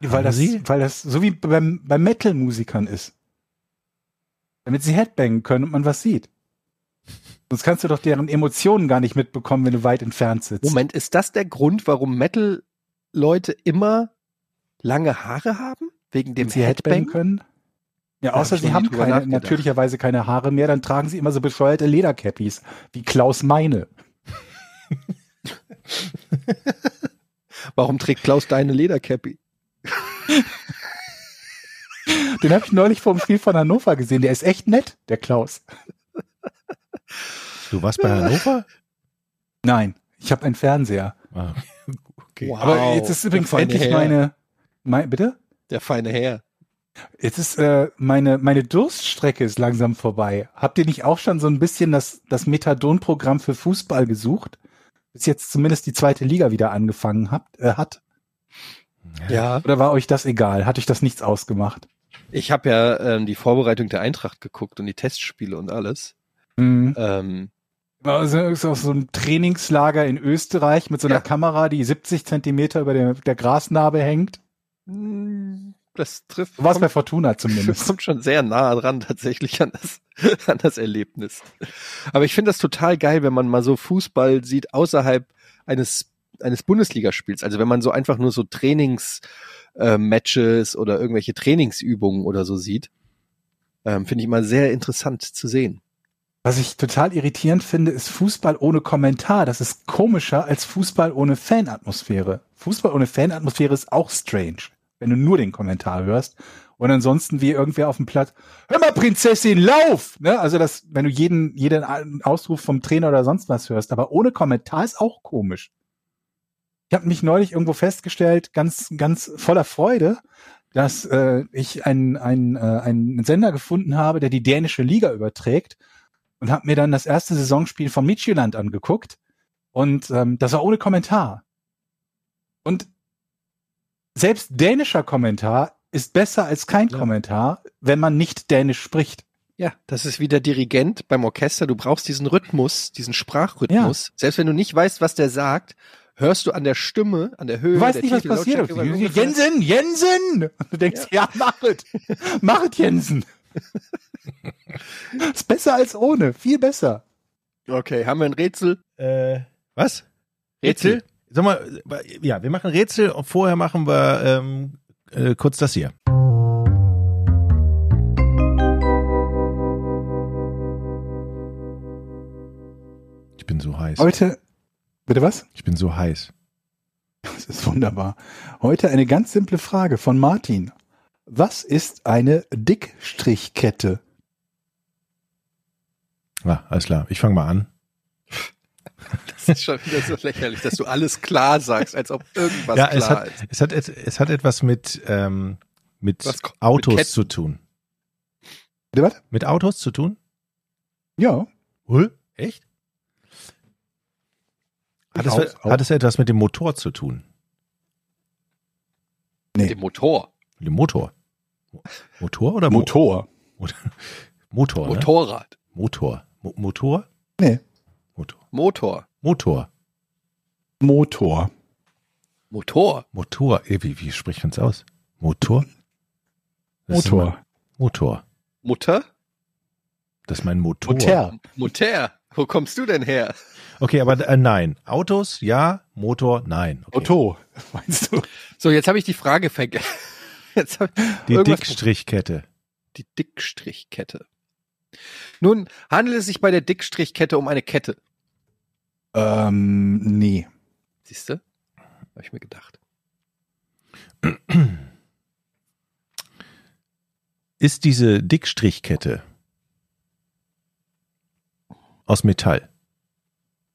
A: Weil das,
C: Sie?
A: weil das so wie beim, bei Metal-Musikern ist. Damit sie Headbangen können und man was sieht. Sonst kannst du doch deren Emotionen gar nicht mitbekommen, wenn du weit entfernt sitzt.
B: Moment, ist das der Grund, warum Metal-Leute immer lange Haare haben? Wegen dem
A: Damit sie Headbang
B: Headbang?
A: können? Ja,
B: Da
A: außer
B: hab ich
A: sie
B: noch nie
A: haben
B: drüber
A: keine,
B: nachgedacht.
A: natürlicherweise keine Haare mehr, dann tragen sie immer so bescheuerte Ledercappies, wie Klaus Meine.
B: Warum trägt Klaus deine Ledercappy?
A: Den habe ich neulich vor dem Spiel von Hannover gesehen. Der ist echt nett, der Klaus.
C: Du warst bei Hannover?
A: Nein, ich habe einen Fernseher.
C: Ah, okay.
B: Wow.
A: Aber jetzt ist übrigens
B: feine
A: endlich
B: Herr.
A: meine, mein, bitte?
B: Der feine Herr.
A: Jetzt ist äh, meine, meine Durststrecke ist langsam vorbei. Habt ihr nicht auch schon so ein bisschen das, das Methadon-Programm für Fußball gesucht? Bis jetzt zumindest die zweite Liga wieder angefangen habt, äh, hat?
B: Ja.
A: Oder war euch das egal? Hat euch das nichts ausgemacht?
B: Ich habe ja ähm, die Vorbereitung der Eintracht geguckt und die Testspiele und alles.
A: Mhm.
B: Ähm,
A: Also ist auf so einem Trainingslager in Österreich mit so einer
B: Ja.
A: Kamera, die 70 Zentimeter über der, der Grasnarbe hängt.
B: mh, das trifft.
A: So war es Hm. bei
B: kommt,
A: Fortuna zumindest.
B: kommt schon sehr nah dran tatsächlich an das, an das Erlebnis. Aber ich finde das total geil, wenn man mal so Fußball sieht außerhalb eines eines Bundesligaspiels. Also wenn man so einfach nur so Trainings äh, Matches oder irgendwelche Trainingsübungen oder so sieht, ähm, finde ich immer sehr interessant zu sehen.
A: Was ich total irritierend finde, ist Fußball ohne Kommentar. Das ist komischer als Fußball ohne Fanatmosphäre. Fußball ohne Fanatmosphäre ist auch strange, wenn du nur den Kommentar hörst. Und ansonsten wie irgendwer auf dem Platz, hör mal Prinzessin, lauf! Ne? Also das, wenn du jeden, jeden Ausruf vom Trainer oder sonst was hörst, aber ohne Kommentar ist auch komisch. Ich habe mich neulich irgendwo festgestellt, ganz, ganz voller Freude, dass äh, ich einen, einen, äh, einen Sender gefunden habe, der die dänische Liga überträgt und habe mir dann das erste Saisonspiel von Midtjylland angeguckt und ähm, das war ohne Kommentar. Und selbst dänischer Kommentar ist besser als kein
B: Ja.
A: Kommentar, wenn man nicht dänisch spricht.
B: Ja, das ist wie der Dirigent beim Orchester. Du brauchst diesen Rhythmus, diesen Sprachrhythmus. Selbst wenn du nicht weißt, was der sagt, hörst du an der Stimme, an der Höhe.
A: Du weißt
B: der
A: nicht, was
B: Titel,
A: passiert.
B: Lautstärke, weil ungefähr-
A: Jensen, Jensen! Und du denkst, ja, mach es. Mach es, Jensen. ist besser als ohne. Viel besser.
B: Okay, haben wir ein Rätsel?
C: Äh, was? Rätsel? Sag mal, äh, ja, wir machen Rätsel und vorher machen wir ähm, äh, kurz das hier. Ich bin so heiß.
A: Heute, bitte was?
C: Ich bin so heiß.
A: Das ist wunderbar. Heute eine ganz simple Frage von Martin. Was ist eine Dickstrichkette?
C: Ah, alles klar. Ich fange mal an.
B: Das ist schon wieder so lächerlich, dass du alles klar sagst, als ob irgendwas
C: ja,
B: klar
C: es hat,
B: ist.
C: es hat et- es hat etwas mit ähm, mit
B: Was ko- mit
C: Autos
B: Ketten?
C: zu tun.
A: Bitte was?
C: Mit Autos zu tun?
A: Ja.
C: Huh? Echt? Hat es,
A: Durchaus auch.
C: hat es etwas mit dem Motor zu tun?
B: Mit dem Motor.
C: Mit dem Motor? Mo- Motor oder Mo-
A: Motor.
C: Motor? Motor. Ne?
B: Motorrad.
C: Motor. Mo Motor?
A: Nee.
C: Motor.
B: Motor.
C: Motor.
A: Motor.
B: Motor.
C: Motor. Ey, Wie, wie spricht man es aus? Motor? Das ist immer-
A: Motor.
C: Motor.
B: Mutter?
C: Das ist mein Motor.
A: Motor.
B: Mutter, wo kommst du denn her?
C: Okay, aber äh, nein. Autos, ja. Motor, nein. Okay.
A: Auto, meinst du?
B: So, jetzt habe ich die Frage vergessen. Jetzt hab,
C: Die
B: irgendwas-
C: Dickstrichkette.
B: die Dickstrichkette. Nun handelt es sich bei der Dickstrichkette um eine Kette.
A: Ähm, nee.
B: Siehst du? Habe ich mir gedacht.
C: Ist diese Dickstrichkette aus Metall?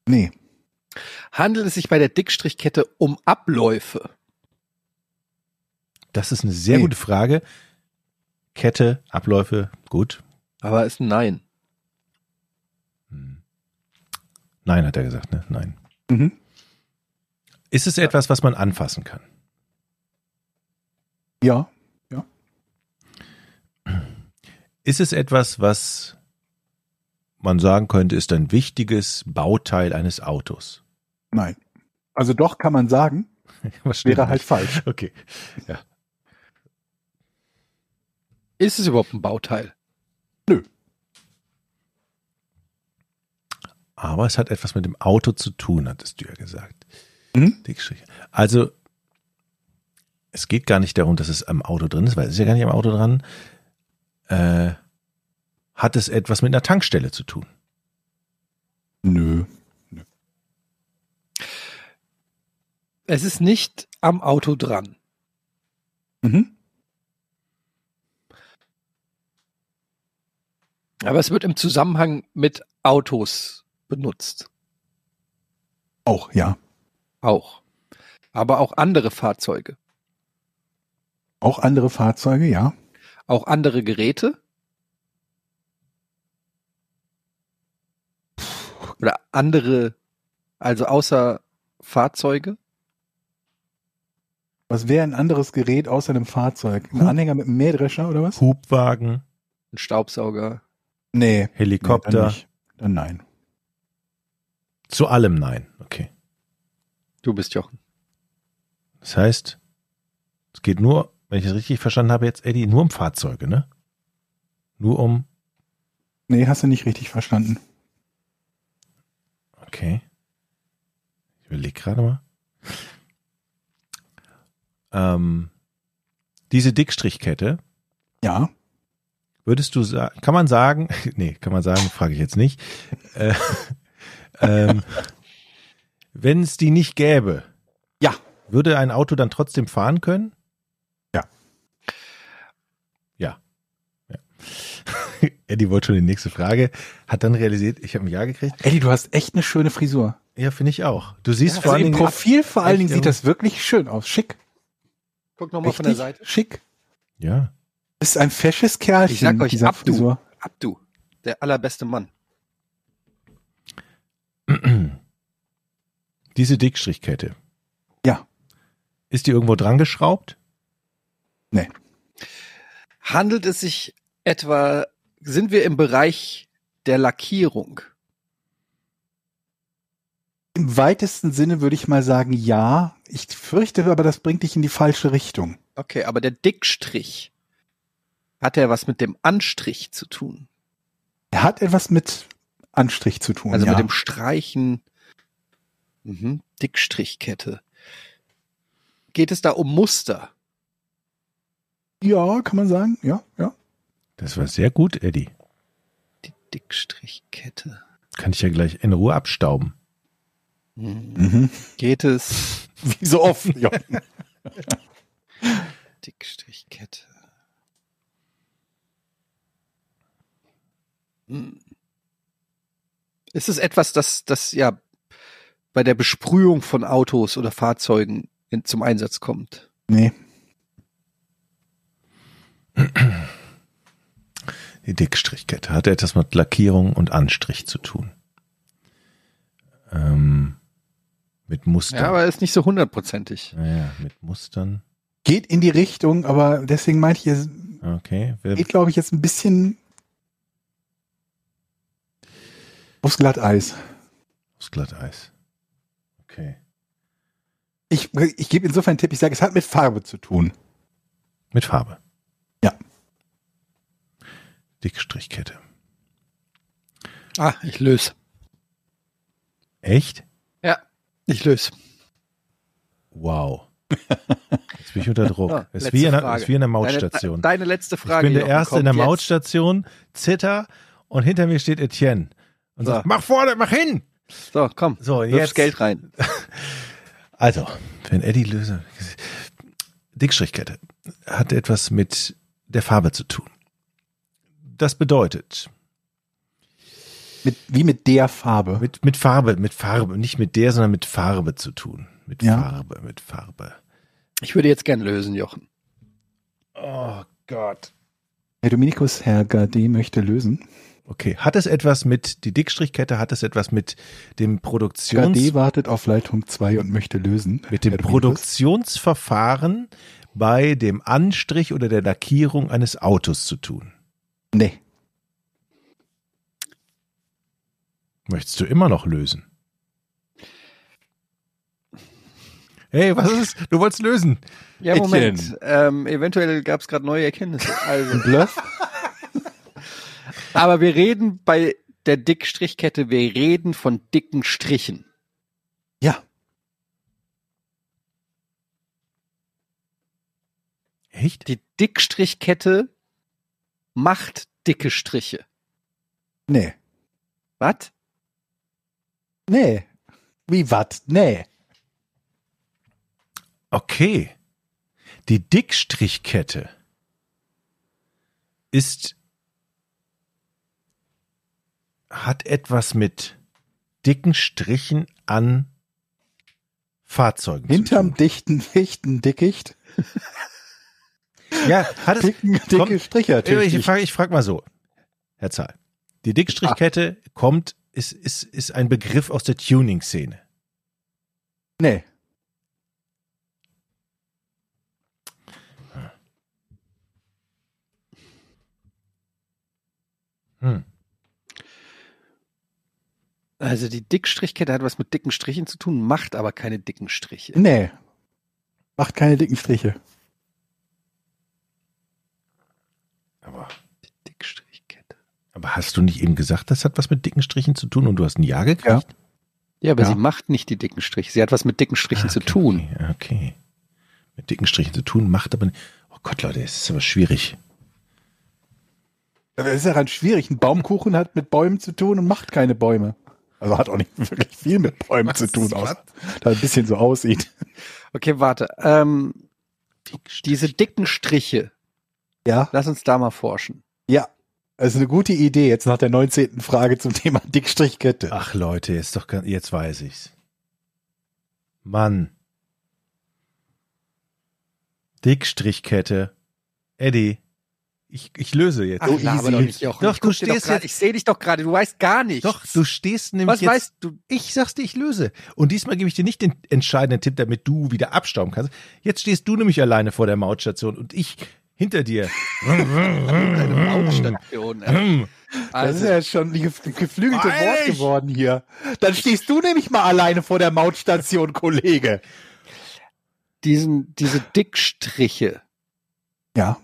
A: Nee.
B: Handelt es sich bei der Dickstrichkette um Abläufe?
C: Das ist eine sehr
A: Nee.
C: gute Frage. Kette, Abläufe, gut.
B: Aber ist ein Nein.
C: Hm. Nein, hat er gesagt, ne? Nein.
A: Mhm.
C: Ist es etwas, was man anfassen kann?
A: Ja.
C: Ist es etwas, was man sagen könnte, ist ein wichtiges Bauteil eines Autos?
A: Nein. Also doch kann man sagen,
C: Was stimmt
A: wäre halt
C: nicht?
A: falsch.
C: Okay.
B: Ist es überhaupt ein Bauteil?
C: Aber es hat etwas mit dem Auto zu tun, hattest du ja gesagt.
A: Mhm.
C: Dickstrich. Also, es geht gar nicht darum, dass es am Auto drin ist, weil es ist ja gar nicht am Auto dran. Äh, hat es etwas mit einer Tankstelle zu tun?
A: Nö.
B: Es ist nicht am Auto dran.
A: Mhm.
B: Aber es wird im Zusammenhang mit Autos benutzt.
A: Auch, ja.
B: Auch. Aber auch andere Fahrzeuge.
A: Auch andere Fahrzeuge, ja.
B: Auch andere Geräte. Oder andere, also außer Fahrzeuge.
A: Was wäre ein anderes Gerät außer einem Fahrzeug? Ein
C: Hu-
A: Anhänger mit einem Mähdrescher oder was?
C: Hubwagen,
B: Ein Staubsauger.
A: Nee. Nee, dann,
C: Helikopter?
A: nicht. dann nein.
C: zu allem nein. Okay.
B: Du bist Jochen.
C: Das heißt, es geht nur, wenn ich es richtig verstanden habe jetzt, Eddie, nur um Fahrzeuge, ne? Nur um,
A: Nee, hast du nicht richtig verstanden.
C: okay. Ich überlege gerade mal. Ähm, diese Dickstrichkette,
A: Ja.
C: würdest du sagen, kann man sagen, nee, kann man sagen, frage ich jetzt nicht. Äh, ähm, wenn es die nicht gäbe,
A: Ja.
C: würde ein Auto dann trotzdem fahren können?
A: Ja.
C: Ja. ja. Eddie wollte schon die nächste Frage, hat dann realisiert, ich habe ein Ja gekriegt.
A: Eddie, du hast echt eine schöne Frisur.
C: Ja, finde ich auch. Du siehst vor
A: Also
C: allen
A: im
C: Dingen.
A: Also Profil vor allen
C: echt
A: Dingen sieht
C: irgendwie-
A: das wirklich schön aus. Schick.
B: Guck nochmal von der Seite.
A: Schick.
C: Ja.
A: Ist ein fesches Kerlchen.
B: Ich sag euch,
A: mit dieser
B: Abdu.
A: Frisur.
B: Abdu, der allerbeste Mann.
C: Diese Dickstrichkette.
A: Ja.
C: Ist die irgendwo dran geschraubt?
B: Handelt es sich etwa, sind wir im Bereich der Lackierung?
A: Im weitesten Sinne würde ich mal sagen, ja. Ich fürchte aber, das bringt dich in die falsche Richtung.
B: Okay, aber der Dickstrich hat ja was mit dem Anstrich zu tun.
A: Er hat etwas mit Anstrich zu tun. Oh,
B: Also
A: ja.
B: mit dem Streichen. Mhm, Dickstrichkette. Geht es da um Muster?
A: ja, kann man sagen. Ja, ja.
C: Das war sehr gut, Eddie.
B: Die Dickstrichkette.
C: Kann ich ja gleich in Ruhe abstauben.
B: Mhm.
A: Hm.
B: Geht es
A: Wie so oft. Ja.
B: Dickstrichkette. Hm. Ist es etwas, das, das ja bei der Besprühung von Autos oder Fahrzeugen in, zum Einsatz kommt?
A: Nee.
C: Die Dickstrichkette hat etwas mit Lackierung und Anstrich zu tun. Ähm, mit Mustern.
B: Ja, aber ist nicht so hundertprozentig.
C: ja, ja, mit Mustern.
A: Geht in die Richtung, aber deswegen meinte ich, es
C: Okay. Wer,
A: geht, glaube ich, jetzt ein bisschen aufs Glatteis.
C: aufs Glatteis. Okay.
A: Ich, ich gebe insofern einen Tipp. Ich sage, es hat mit Farbe zu tun.
C: Mit Farbe.
A: Ja.
C: Dickstrichkette.
B: Ah, ich löse.
C: Echt?
B: Ich löse.
C: Wow. Jetzt bin ich unter Druck.
B: Ja, Ah,
C: ist,
B: letzte
C: wie in einer,
B: Frage.
C: ist wie in
B: Deine,
C: einer Mautstation.
B: deine letzte Frage.
C: ich bin der
B: Jochen,
C: Erste in
B: kommt
C: der
B: jetzt.
C: Mautstation, zitter und hinter mir steht Etienne. Und
B: So.
C: sagt, mach vorne, mach hin!
B: So, komm.
C: So,
B: Wirf
C: jetzt.
B: Geld rein.
C: Also, wenn Eddie Löser. Dickstrichkette hat etwas mit der Farbe zu tun. Das bedeutet,
A: Mit, wie mit der Farbe.
C: mit, mit Farbe, mit Farbe, nicht mit der, sondern mit Farbe zu tun. Mit
A: Ja.
C: Farbe, mit Farbe.
B: Ich würde jetzt gern lösen, Jochen.
C: Oh Gott.
A: Herr Dominikus, Herr Gade möchte lösen.
C: Okay, hat es etwas mit, die Dickstrichkette hat es etwas mit dem Produktions...
A: Gade wartet auf Leitung 2 und möchte lösen.
C: mit dem
A: Herr Dominikus.
C: Produktionsverfahren bei dem Anstrich oder der Lackierung eines Autos zu tun.
A: Nee.
C: Möchtest du immer noch lösen? Hey, was ist? Du wolltest lösen.
B: Ja,
C: Etienne.
B: Moment. Ähm, eventuell gab es gerade neue Erkenntnisse. Also.
A: Bluff?
B: Aber wir reden bei der Dickstrichkette, wir reden von dicken Strichen.
A: ja.
C: Echt?
B: Die Dickstrichkette macht dicke Striche.
A: Nee.
B: Was?
A: Nee. Wie wat? Nee.
C: Okay. Die Dickstrichkette ist hat etwas mit dicken Strichen an Fahrzeugen zu
A: Hinterm
C: tun.
A: dichten, dichten Dickicht.
C: Ja, hat es,
A: Dicken, dicke
C: Komm,
A: Striche.
C: Äh, Ich, ich frage ich frag mal so, Herr Zahl. Die Dickstrichkette kommt, ist, ist, ist ein Begriff aus der Tuning-Szene.
A: Nee.
C: Hm.
B: Also die Dickstrichkette hat was mit dicken Strichen zu tun, macht aber keine dicken Striche.
A: Nee. Macht keine dicken Striche.
C: Aber,
B: Dickstrichkette.
C: aber hast du nicht eben gesagt, das hat was mit dicken Strichen zu tun und du hast ein Ja gekriegt?
B: Ja, aber
A: Ja.
B: sie macht nicht die dicken Striche. Sie hat was mit dicken Strichen zu tun.
C: Ah, Okay, okay. Mit dicken Strichen zu tun, macht aber nicht. Oh Gott, Leute, es ist aber schwierig.
A: Das ist daran schwierig. Ein Baumkuchen hat mit Bäumen zu tun und macht keine Bäume. Also hat auch nicht wirklich viel mit Bäumen zu tun, außer da ein bisschen so aussieht.
B: Okay, warte. Ähm, diese dicken Striche,
A: Ja.
B: lass uns da mal forschen.
A: Ja. Das ist eine gute Idee, jetzt nach der 19. Frage zum Thema Dickstrichkette.
B: Ah,
C: Ach Leute, jetzt doch ganz, jetzt weiß ich's. Mann. Dickstrichkette. Eddie, ich, ich löse jetzt.
A: Ach, So
B: laber
A: easy.
B: Doch, nicht, Jochen.
C: Doch,
B: Ich
C: du
B: guck dir
C: stehst
B: grad-
C: jetzt-
B: Ich sehe dich doch gerade. Du weißt gar nichts.
C: Doch, du stehst nämlich
B: Was
C: jetzt.
B: weißt du?
C: Ich sag's dir, ich löse. Und diesmal gebe ich dir nicht den entscheidenden Tipp, damit du wieder abstauben kannst. Jetzt stehst du nämlich alleine vor der Mautstation und ich hinter dir.
B: Deine Mautstation.
C: Hm?
B: ey.
A: Das ist
B: Also,
A: ja jetzt schon ein gef- geflügelte
C: Eilig!
A: Wort geworden hier. Dann stehst du nämlich mal alleine vor der Mautstation, Kollege.
B: diesen, diese Dickstriche,
A: Ja.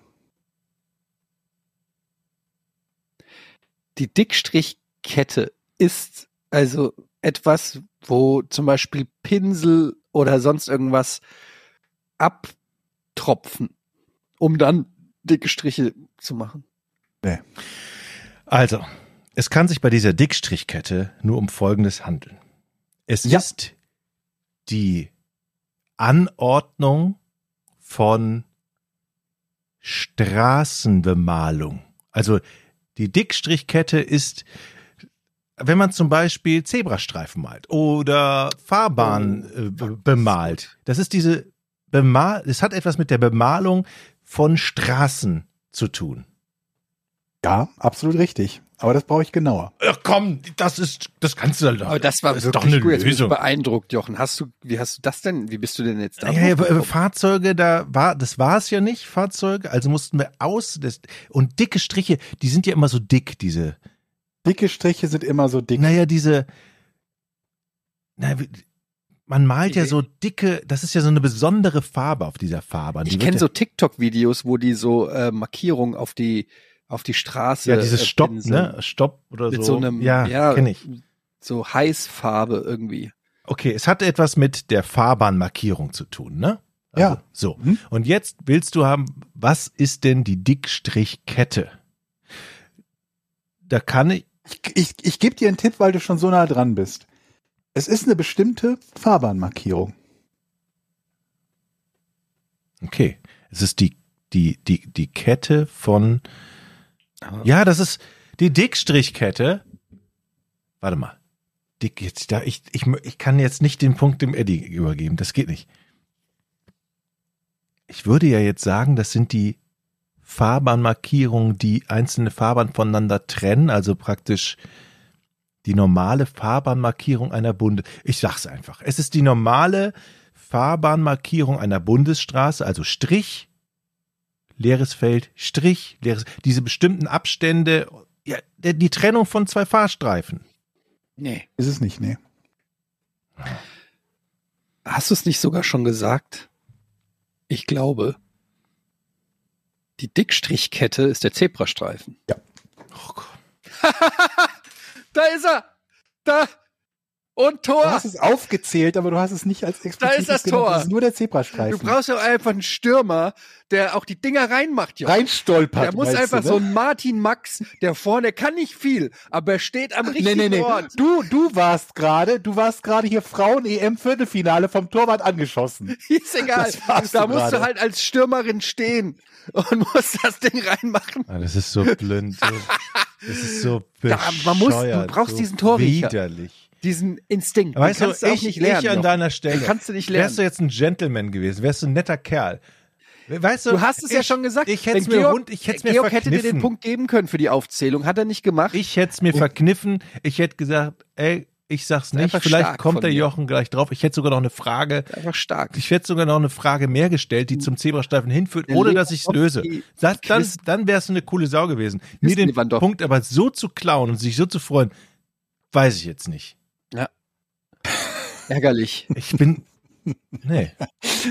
B: die Dickstrichkette ist also etwas, wo zum Beispiel Pinsel oder sonst irgendwas abtropfen, um dann dicke Striche zu machen.
C: Also, es kann sich bei dieser Dickstrichkette nur um Folgendes handeln. Es
A: Ja.
C: ist die Anordnung von Straßenbemalung. Also die Dickstrichkette ist, wenn man zum Beispiel Zebrastreifen malt oder Fahrbahn
B: Oh,
C: äh, be- bemalt. Das ist diese Bemal, es hat etwas mit der Bemalung von Straßen zu tun.
A: Ja, absolut richtig. Aber das brauche ich genauer.
C: Ach komm, das ist, das kannst du doch.
B: Aber das war
C: ist
B: wirklich
C: doch eine
B: Also gut. Jetzt bin ich
C: Lösung.
B: beeindruckt, Jochen. Hast du, wie hast du das denn? Wie bist du denn jetzt da?
C: Ja, ja,
B: drauf
C: aber
B: gekommen?
C: Fahrzeuge, da war, das war es ja nicht, Fahrzeuge, also mussten wir aus, das, und dicke Striche, die sind ja immer so dick, diese,
A: Dicke Striche sind immer so dick.
C: naja, diese, na, wie- man malt ja
B: Diese-
C: so dicke, das ist ja so eine besondere Farbe auf dieser Fahrbahn. die
B: Ich
C: wird
B: kenne
C: ja-
B: so TikTok-Videos, wo die so äh, Markierungen auf die auf die Straße.
C: Ja, dieses
B: äh,
C: Stopp,
B: pinseln.
C: ne? Stopp oder so.
B: Mit so einem-
C: ja,
B: ja.
C: kenne ich.
B: So Heißfarbe irgendwie.
C: Okay, es hat etwas mit der Fahrbahnmarkierung zu tun, ne?
A: Ja.
C: So.
A: Mhm.
C: Und jetzt willst du haben, was ist denn die Dickstrichkette? Da kann ich,
A: Ich, ich, ich gebe dir einen Tipp, weil du schon so nah dran bist. Es ist eine bestimmte Fahrbahnmarkierung.
C: okay, es ist die, die, die, die Kette von, ja, das ist die Dickstrichkette. Warte mal. Dick, jetzt, da, ich, ich, ich kann jetzt nicht den Punkt dem Eddie übergeben, das geht nicht. Ich würde ja jetzt sagen, das sind die Fahrbahnmarkierungen, die einzelne Fahrbahnen voneinander trennen, also praktisch die normale Fahrbahnmarkierung einer Bunde. Ich sag's einfach. Es ist die normale Fahrbahnmarkierung einer Bundesstraße, also Strich, leeres Feld, Strich, leeres, diese bestimmten Abstände, ja, der- die Trennung von zwei Fahrstreifen.
B: Nee.
A: Ist es nicht, nee.
B: Hast du es nicht sogar schon gesagt? Ich glaube. Die Dickstrichkette ist der Zebrastreifen.
C: Oh Gott.
B: Da ist er! Da! Und
A: Du
B: Tor!
A: hast es aufgezählt, aber du hast es nicht als explizit
B: Da ist das Tor.
A: Das ist nur der
B: Du
A: Zebrastreifen.
B: brauchst ja einfach einen Stürmer, der auch die Dinger reinmacht, Junge.
A: Reinstolpert.
B: Der muss
A: meinst
B: einfach
A: du,
B: so
A: ne?
B: ein Martin Max, der vorne, der kann nicht viel, aber er steht am
A: Ah, Nee,
B: richtigen
A: nee, nee.
B: Ort.
A: Du, du warst gerade, du warst gerade hier Frauen-EM-Viertelfinale vom Torwart angeschossen.
B: Ist egal.
A: Das warst
B: Da
A: du
B: musst du
A: gerade.
B: halt als Stürmerin stehen und musst das Ding reinmachen.
C: Ah, das ist so blind. So, das ist so
B: Da- man muss- du
C: bescheuert,
B: brauchst
C: so
B: diesen Torriecher.
C: Widerlich.
B: Diesen Instinkt. den
C: Weißt du,
B: kannst du auch
C: ich,
B: nicht
C: ich
B: lernen.
C: an
B: Jochen.
C: deiner Stelle.
B: Den kannst du nicht
C: Wärst du
B: lernen.
C: jetzt ein Gentleman gewesen, wärst du ein netter Kerl. Weißt du,
B: Du hast es ja
C: ich-
B: schon gesagt.
C: Ich hätte es
B: Wenn
C: mir,
B: Georg-
C: rund- ich hätte es mir
B: Georg hätte dir den
C: verkniffen.
B: Punkt geben können für die Aufzählung. Hat er nicht gemacht.
C: Ich hätte es mir verkniffen. Ich hätte gesagt, ey, ich sag's nicht.
B: einfach
C: Vielleicht
B: stark
C: kommt
B: von
C: der
B: dir.
C: Jochen gleich drauf. Ich hätte sogar noch eine Frage.
B: Einfach stark.
C: Ich hätte sogar noch eine Frage mehr gestellt, die zum Zebrastreifen hinführt,
B: Der
C: ohne dass ich es
B: Lewandowski-
C: löse. Das, dann,
B: Christ-
C: dann wärst du eine coole Sau gewesen. Mir den
B: Lewandowski.
C: Punkt aber so zu klauen und sich so zu freuen, weiß ich jetzt nicht.
B: Ärgerlich.
C: Ich bin. Nee.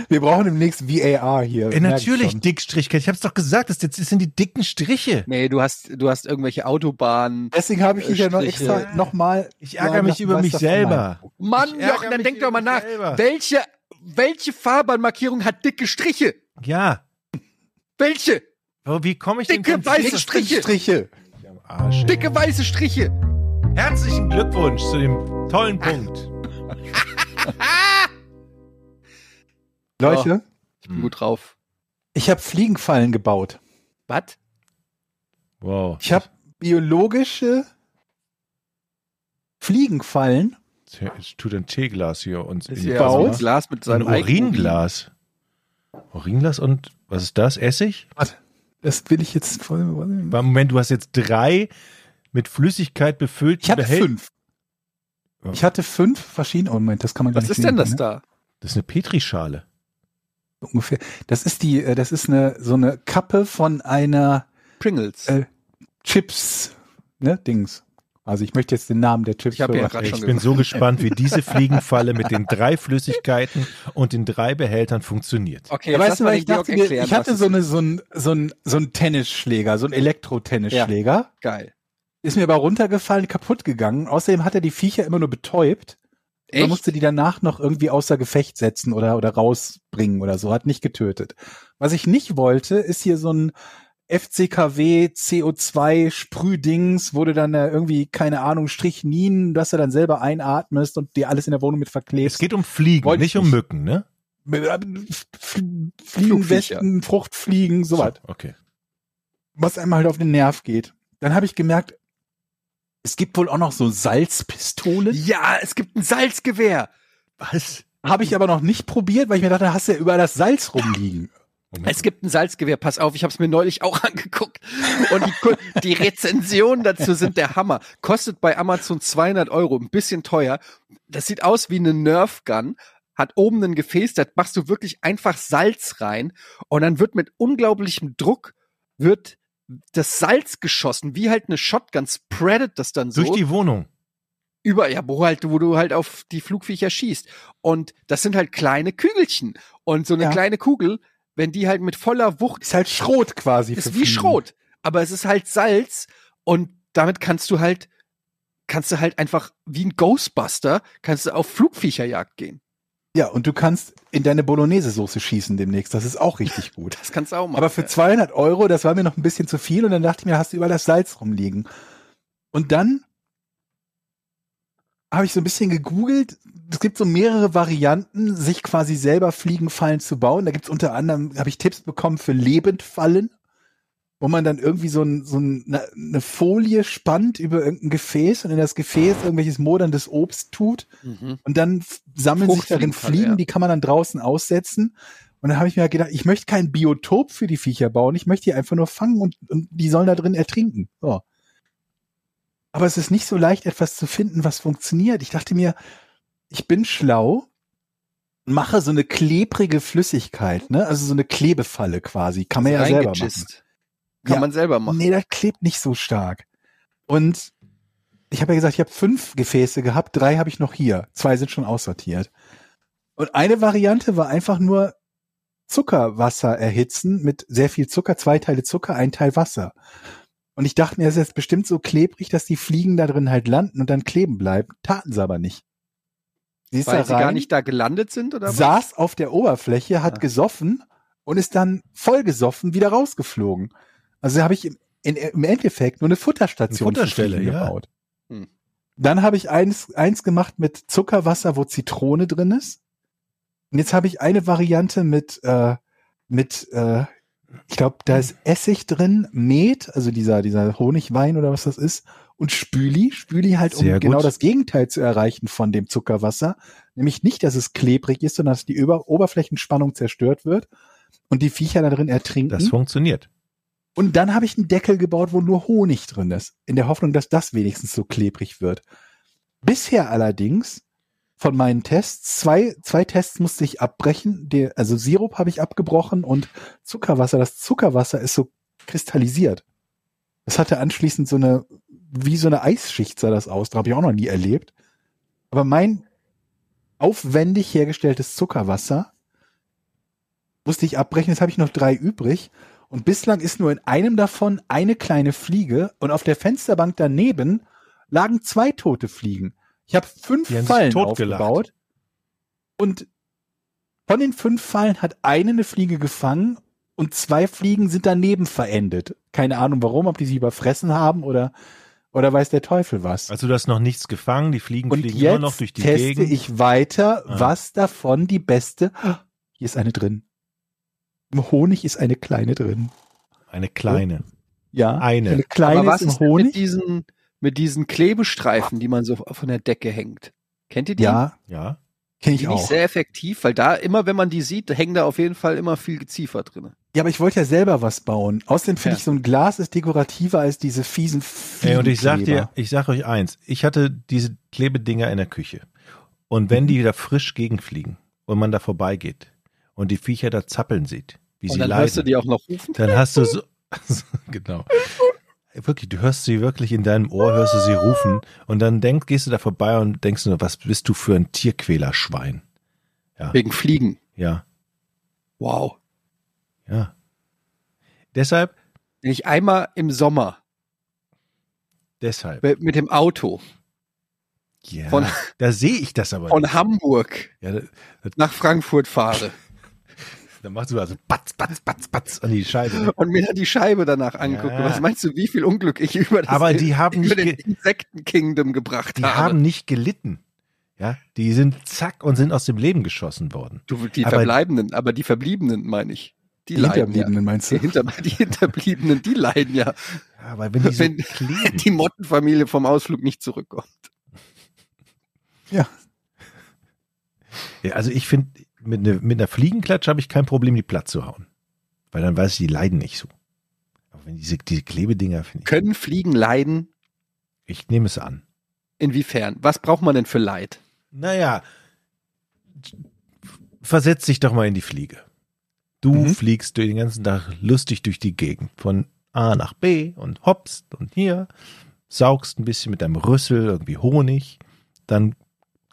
A: Wir brauchen demnächst VAR hier.
C: Ey,
A: merk ich
C: natürlich
A: schon.
C: Dickstrichkette. Ich hab's doch gesagt, das, das sind die dicken Striche.
B: Nee, du hast, du hast irgendwelche Autobahnen.
A: Deswegen habe ich dich ja noch
B: Striche.
A: extra nochmal.
C: Ich ärgere mich über mich selber.
B: Mann,
C: Ich ärgere
B: Jochen, dann
C: mich
B: denk
C: über
B: doch mal
C: mich
B: nach.
C: selber.
B: Welche, welche Fahrbahnmarkierung hat dicke Striche?
C: Ja.
B: Welche?
C: Aber Wie komme ich
B: Dicke
C: denn
B: weiße
C: Dick-
B: Striche.
A: Striche.
C: am Arsch, ey.
B: Dicke weiße Striche.
C: Herzlichen Glückwunsch zu dem tollen Punkt.
A: Leute,
B: Ich
C: Hm.
B: bin gut drauf.
A: Oh. ich habe Fliegenfallen gebaut.
B: Was?
C: Wow.
A: Ich habe biologische Fliegenfallen.
C: Ich tue ein Teeglas hier und
B: Das ist
C: in die
B: ja
A: Baut?
B: so ein
C: Kamera.
B: Glas mit
C: ein
B: seinem
C: Uringlas. Uringlas und was ist das? Essig?
A: Das will ich jetzt voll.
C: Warte, Moment, du hast jetzt drei mit Flüssigkeit befüllt.
A: Ich hatte fünf. Ich hatte fünf verschiedene. Oh Moment, das kann man gar
B: Was
A: nicht
B: ist
A: sehen,
B: denn das
A: ne?
B: da?
C: Das ist eine Petrischale.
A: Ungefähr. Das ist die, äh, das ist eine so eine Kappe von einer
B: Pringles.
A: Äh, Chips, ne, Dings. Also ich möchte jetzt den Namen der Chips
B: Ich hab ja
A: verraten.
B: grad- Hat
C: Ich
B: schon
C: bin so gespannt, wie diese Fliegenfalle mit den drei Flüssigkeiten und den drei Behältern funktioniert.
B: okay,
A: ja,
B: jetzt lass
A: weißt du,
B: mal
A: weil
B: den
A: ich dachte
B: Georg
A: mir,
B: erklären.
A: ich hatte
B: was
A: so
B: es
A: eine so ein so ein so ein Tennisschläger, so ein Elektrotennisschläger.
B: ist. geil.
A: Ist mir aber runtergefallen, kaputt gegangen. Außerdem hat er die Viecher immer nur betäubt. Man musste die danach noch irgendwie außer Gefecht setzen oder, oder rausbringen oder so. Hat nicht getötet. Was ich nicht wollte, ist hier so ein FCKW CO2 Sprühdings, wo du dann äh, irgendwie, keine Ahnung, Strichnin, dass du dann selber einatmest und dir alles in der Wohnung mit verklebst. äh,
C: Es geht um Fliegen,
A: Wollte ich
C: nicht um
A: nicht.
C: Mücken, ne?
A: Fliegenwesten, Fruchtfliegen, sowas
C: So, okay.
A: was einem halt auf den Nerv geht. Dann habe ich gemerkt, es gibt wohl auch noch so Salzpistolen.
B: ja, es gibt ein Salzgewehr.
C: Was?
A: Habe ich aber noch nicht probiert, weil ich mir dachte, da hast du ja überall das Salz rumliegen.
C: Moment.
B: Es gibt ein Salzgewehr, pass auf, ich habe es mir neulich auch angeguckt. Und die, Ku- die Rezensionen dazu sind der Hammer. Kostet bei Amazon 200 Euro, ein bisschen teuer. Das sieht aus wie eine Nerf-Gun, hat oben ein Gefäß, da machst du wirklich einfach Salz rein und dann wird mit unglaublichem Druck wird das Salz geschossen, wie halt eine Shotgun, spreadet das dann so
C: Durch die Wohnung.
B: über, ja, wo halt, wo du halt auf die Flugviecher schießt. Und das sind halt kleine Kügelchen. Und so eine
A: Ja.
B: kleine Kugel, wenn die halt mit voller Wucht
A: Ist halt Schrot quasi.
B: ist
A: für
B: wie
A: Fliegen.
B: Schrot. aber es ist halt Salz und damit kannst du halt, kannst du halt einfach wie ein Ghostbuster, kannst du auf Flugviecherjagd gehen.
A: Ja, und du kannst in deine Bolognese-Soße schießen demnächst. Das ist auch richtig gut.
B: Das kannst du auch machen.
A: Aber für 200 Euro, das war mir noch ein bisschen zu viel und dann dachte ich mir, hast du überall das Salz rumliegen. Und dann habe ich so ein bisschen gegoogelt. Es gibt so mehrere Varianten, sich quasi selber Fliegenfallen zu bauen. Da gibt es unter anderem, habe ich Tipps bekommen für Lebendfallen, wo man dann irgendwie so, ein, so ein, na- eine Folie spannt über irgendein Gefäß und in das Gefäß irgendwelches moderndes Obst tut.
B: Mhm.
A: Und dann f- sammeln sich darin
B: Fruchtfliegenfalle,
A: Fliegen,
B: ja.
A: die kann man dann draußen aussetzen. Und dann habe ich mir halt gedacht, ich möchte kein Biotop für die Viecher bauen, ich möchte die einfach nur fangen und, und die sollen da drin ertrinken. So. Aber es ist nicht so leicht, etwas zu finden, was funktioniert. Ich dachte mir, ich bin schlau, mache so eine klebrige Flüssigkeit, ne? Also so eine Klebefalle quasi. Kann man ja selber machen.
B: Reingegisst. Kann
A: Ja.
B: man selber machen.
A: Nee, das klebt nicht so stark. Und ich habe ja gesagt, ich habe fünf Gefäße gehabt, drei habe ich noch hier. Zwei sind schon aussortiert. Und eine Variante war einfach nur Zuckerwasser erhitzen mit sehr viel Zucker, zwei Teile Zucker, ein Teil Wasser. Und ich dachte mir, das ist jetzt bestimmt so klebrig, dass die Fliegen da drin halt landen und dann kleben bleiben. Taten sie aber nicht. Sie ist
B: Weil
A: da
B: sie gar
A: rein,
B: nicht da gelandet sind oder was?
A: saß auf der Oberfläche, hat
B: Ah.
A: gesoffen und ist dann vollgesoffen wieder rausgeflogen. Also habe ich im, in, im Endeffekt nur eine Futterstation
C: Eine Futterstelle,
A: für Fliegen
C: ja.
A: gebaut.
B: Hm.
A: Dann habe ich eins, eins gemacht mit Zuckerwasser, wo Zitrone drin ist. Und jetzt habe ich eine Variante mit, äh, mit äh, ich glaube, da ist Essig drin, Met, also dieser, dieser Honigwein oder was das ist, und Spüli. Spüli halt, um
C: Sehr gut.
A: genau das Gegenteil zu erreichen von dem Zuckerwasser. Nämlich nicht, dass es klebrig ist, sondern dass die Über Oberflächenspannung zerstört wird und die Viecher da drin ertrinken.
C: Das funktioniert.
A: Und dann habe ich einen Deckel gebaut, wo nur Honig drin ist, in der Hoffnung, dass das wenigstens so klebrig wird. Bisher allerdings von meinen Tests, zwei, zwei Tests musste ich abbrechen, der, also Sirup habe ich abgebrochen und Zuckerwasser. Das Zuckerwasser ist so kristallisiert. Das hatte anschließend so eine, wie so eine Eisschicht sah das aus, da habe ich auch noch nie erlebt. Aber mein aufwendig hergestelltes Zuckerwasser musste ich abbrechen, jetzt habe ich noch drei übrig. Und bislang ist nur in einem davon eine kleine Fliege und auf der Fensterbank daneben lagen zwei tote Fliegen. Ich habe fünf
C: Die haben sich
A: Fallen
C: totgelacht.
A: aufgebaut und von den fünf Fallen hat eine eine Fliege gefangen und zwei Fliegen sind daneben verendet. Keine Ahnung warum, ob die sie überfressen haben oder, oder weiß der Teufel was.
C: Also du hast noch nichts gefangen, die Fliegen
A: Und
C: fliegen
A: jetzt
C: immer noch durch die
A: teste
C: Gegend.
A: ich weiter,
C: Ah.
A: was davon die beste. Ah, Hier ist eine drin. Im Honig ist eine kleine drin.
C: Eine kleine.
A: Ja.
C: Eine.
A: Eine kleine
B: Aber was
A: ist im
B: ist denn mit
A: Honig.
B: diesen, mit diesen Klebestreifen, die man so von der Decke hängt? Kennt ihr die?
A: Ja,
C: Ja.
A: kenne
B: die
A: ich
B: bin ich
A: auch.
B: sehr effektiv, weil da immer, wenn man die sieht, hängen da auf jeden Fall immer viel Geziefer drin.
A: Ja, aber ich wollte ja selber was bauen. Außerdem finde
B: Ja.
A: ich, so ein Glas ist dekorativer als diese fiesen
C: Ey, und ich sag dir,
A: Fliegenkleber.
C: ich sag euch eins, ich hatte diese Klebedinger in der Küche. Und wenn die da frisch gegenfliegen und man da vorbeigeht und die Viecher da zappeln sieht, wie
B: Und
C: sie
B: dann
C: leiden,
B: hörst du die auch noch rufen.
C: dann hast du so, genau. Wirklich, du hörst sie wirklich in deinem Ohr, hörst du sie rufen und dann denk, gehst du da vorbei und denkst nur, was bist du für ein Tierquälerschwein?
B: Wegen Fliegen.
C: Ja,
B: Wow.
C: ja. Deshalb,
B: Wenn ich einmal im Sommer
C: deshalb.
B: be- mit dem Auto
C: Ja,
B: Von-
C: da sehe ich das aber
B: von
C: nicht.
B: Hamburg
C: Ja, da,
B: nach Frankfurt fahre
C: da machst du also batz, batz, batz, batz an die Scheibe. Ne?
B: und mir dann die Scheibe danach angucke,
C: Ja.
B: was meinst du, wie viel Unglück ich über das
C: Aber die haben
B: über
C: nicht
B: den
C: ge
B: Insekten-Kingdom gebracht
C: die
B: habe?
C: haben nicht gelitten. Ja, die sind zack und sind aus dem Leben geschossen worden.
B: du, die
C: aber-
B: Verbleibenden, aber die Verbliebenen meine ich. Die,
A: Die
B: leiden ja.
A: Hinterbliebenen, meinst
B: Die,
A: du?
B: Hinter die Hinterbliebenen, die leiden ja.
C: Ja, weil wenn die so
B: Wenn-
C: kleben,
B: Die Mottenfamilie vom Ausflug nicht zurückkommt.
C: Ja, also ich finde, mit, ne, mit einer Fliegenklatsche habe ich kein Problem, die platt zu hauen. Weil dann weiß ich, die leiden nicht so. Aber wenn diese, diese Klebedinger, finde
B: Können Fliegen leiden?
C: ich, ich nehme es an.
B: Inwiefern? Was braucht man denn für Leid?
C: Naja, versetz dich doch mal in die Fliege. Du
A: Mhm.
C: fliegst durch den ganzen Tag lustig durch die Gegend. Von A nach B und hoppst und hier, saugst ein bisschen mit deinem Rüssel irgendwie Honig. Dann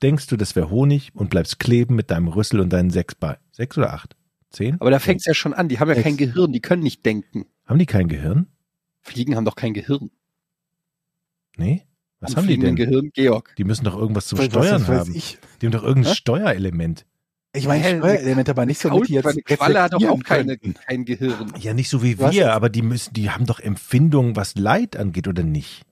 C: denkst du, das wäre Honig und bleibst kleben mit deinem Rüssel und deinen sechs Beinen. Sechs oder acht? Zehn?
B: Aber da fängt es ja schon an. Die haben ja
A: Ex-
B: kein Gehirn, die können nicht denken.
C: Haben die kein Gehirn?
B: Fliegen haben doch kein Gehirn.
C: Nee? Was
B: Ein
C: haben die
B: Fliegen ein
C: denn?
B: Gehirn, Georg.
C: Die müssen doch irgendwas zum
A: Was- was-
C: Steuern
A: was weiß
C: haben.
A: Ich,
C: Die haben doch irgendein
B: Hä?
C: Steuerelement.
A: ich meine,
B: Hä,
A: Steuerelemente, aber nicht so mit die
B: Weil eine
A: jetzt
B: Qualle hat doch auch
A: reflektieren
B: keine,
A: könnten.
B: kein Gehirn.
C: Ja, nicht so wie
A: Du hast jetzt-
C: wir, aber die müssen, die haben doch Empfindungen, was Leid angeht, oder nicht?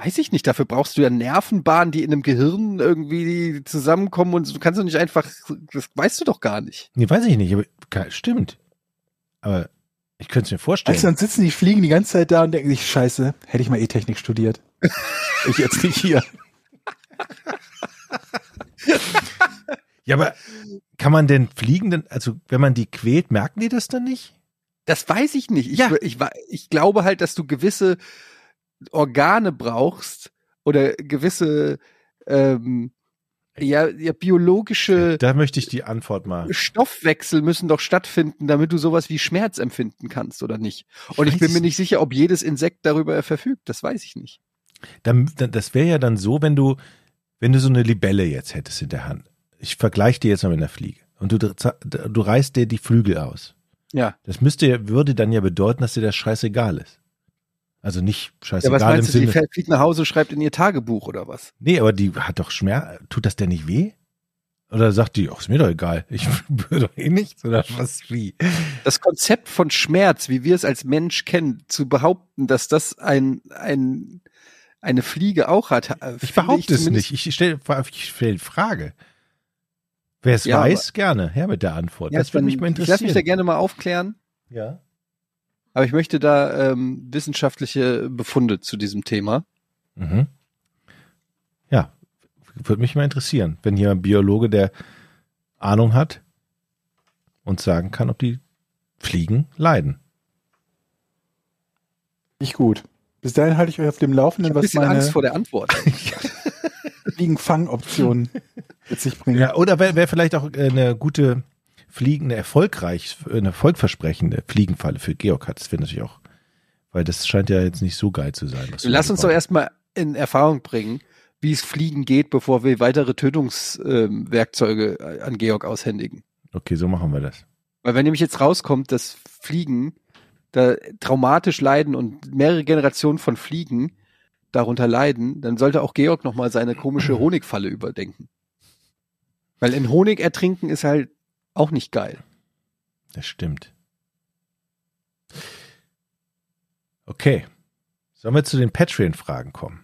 B: Weiß ich nicht, dafür brauchst du ja Nervenbahnen, die in einem Gehirn irgendwie zusammenkommen und du kannst doch nicht einfach, das weißt du doch gar nicht.
C: Nee, weiß ich nicht, aber ke- stimmt. Aber ich könnte es mir vorstellen.
A: Also dann sitzen die Fliegen die ganze Zeit da und denken sich, scheiße, hätte ich mal E-Technik studiert. ich jetzt nicht hier.
C: ja, aber kann man denn fliegen, denn, also wenn man die quält, merken die das dann nicht?
B: Das weiß ich nicht. Ich,
C: Ja.
B: ich, wa- ich glaube halt, dass du gewisse Organe brauchst oder gewisse ähm, ja, ja, biologische
C: Da möchte ich die Antwort mal.
B: Stoffwechsel müssen doch stattfinden, damit du sowas wie Schmerz empfinden kannst oder nicht. Und ich
C: weiß
B: bin
C: es
B: mir nicht sicher, ob jedes Insekt darüber verfügt. Das weiß ich nicht.
C: Dann, dann, das wäre ja dann so, wenn du, wenn du so eine Libelle jetzt hättest in der Hand. Ich vergleiche die jetzt mal mit einer Fliege. Und du, du reißt dir die Flügel aus.
B: Ja.
C: Das müsste, ja- würde dann ja bedeuten, dass dir das scheißegal ist. Also
B: Ja,
C: nicht
B: was
C: scheißegal im
B: meinst du, die
C: Sinne.
B: fährt fliegt nach Hause, schreibt in ihr Tagebuch oder was?
C: Nee, aber die hat doch Schmerz. Tut das denn nicht weh? Oder sagt die, ach, ist mir doch egal, ich spüre doch eh nichts oder was wie?
B: Das Konzept von Schmerz, wie wir es als Mensch kennen, zu behaupten, dass das ein, ein, eine Fliege auch hat. äh,
C: Ich
B: finde
C: behaupte es
B: zumindest-
C: nicht. Ich stelle ich stell die Frage. Wer es
B: Ja,
C: weiß, gerne her mit der Antwort.
B: Ja,
C: das würde
B: dann-
C: mich mal
B: Ich lasse mich da
C: interessieren.
B: gerne mal aufklären,
C: Ja.
B: aber ich möchte da ähm, wissenschaftliche Befunde zu diesem Thema.
C: Mhm. Ja, würde mich mal interessieren, wenn hier ein Biologe, der Ahnung hat und sagen kann, ob die Fliegen leiden.
A: Nicht gut. Bis dahin halte ich euch auf dem
B: Ich
A: Laufenden,
B: habe ein
A: was
B: bisschen Angst
A: meine
B: vor der Antwort.
A: Fliegenfangoptionen mit sich bringen.
C: Ja, oder wäre wär vielleicht auch äh, eine gute fliegende, erfolgreich, eine erfolgversprechende Fliegenfalle für Georg hat. Das wäre natürlich auch, weil das scheint ja jetzt nicht so geil zu sein. was du
B: Lass uns doch
C: gebaut
B: erstmal in Erfahrung bringen, wie es fliegen geht, bevor wir weitere Tötungswerkzeuge äh, an Georg aushändigen.
C: hast. Okay, so machen wir das.
B: Weil wenn nämlich jetzt rauskommt, dass Fliegen da traumatisch leiden und mehrere Generationen von Fliegen darunter leiden, dann sollte auch Georg nochmal seine komische Honigfalle überdenken. Weil in Honig ertrinken ist halt auch nicht geil.
C: Das stimmt. Okay. Sollen wir zu den Patreon-Fragen kommen?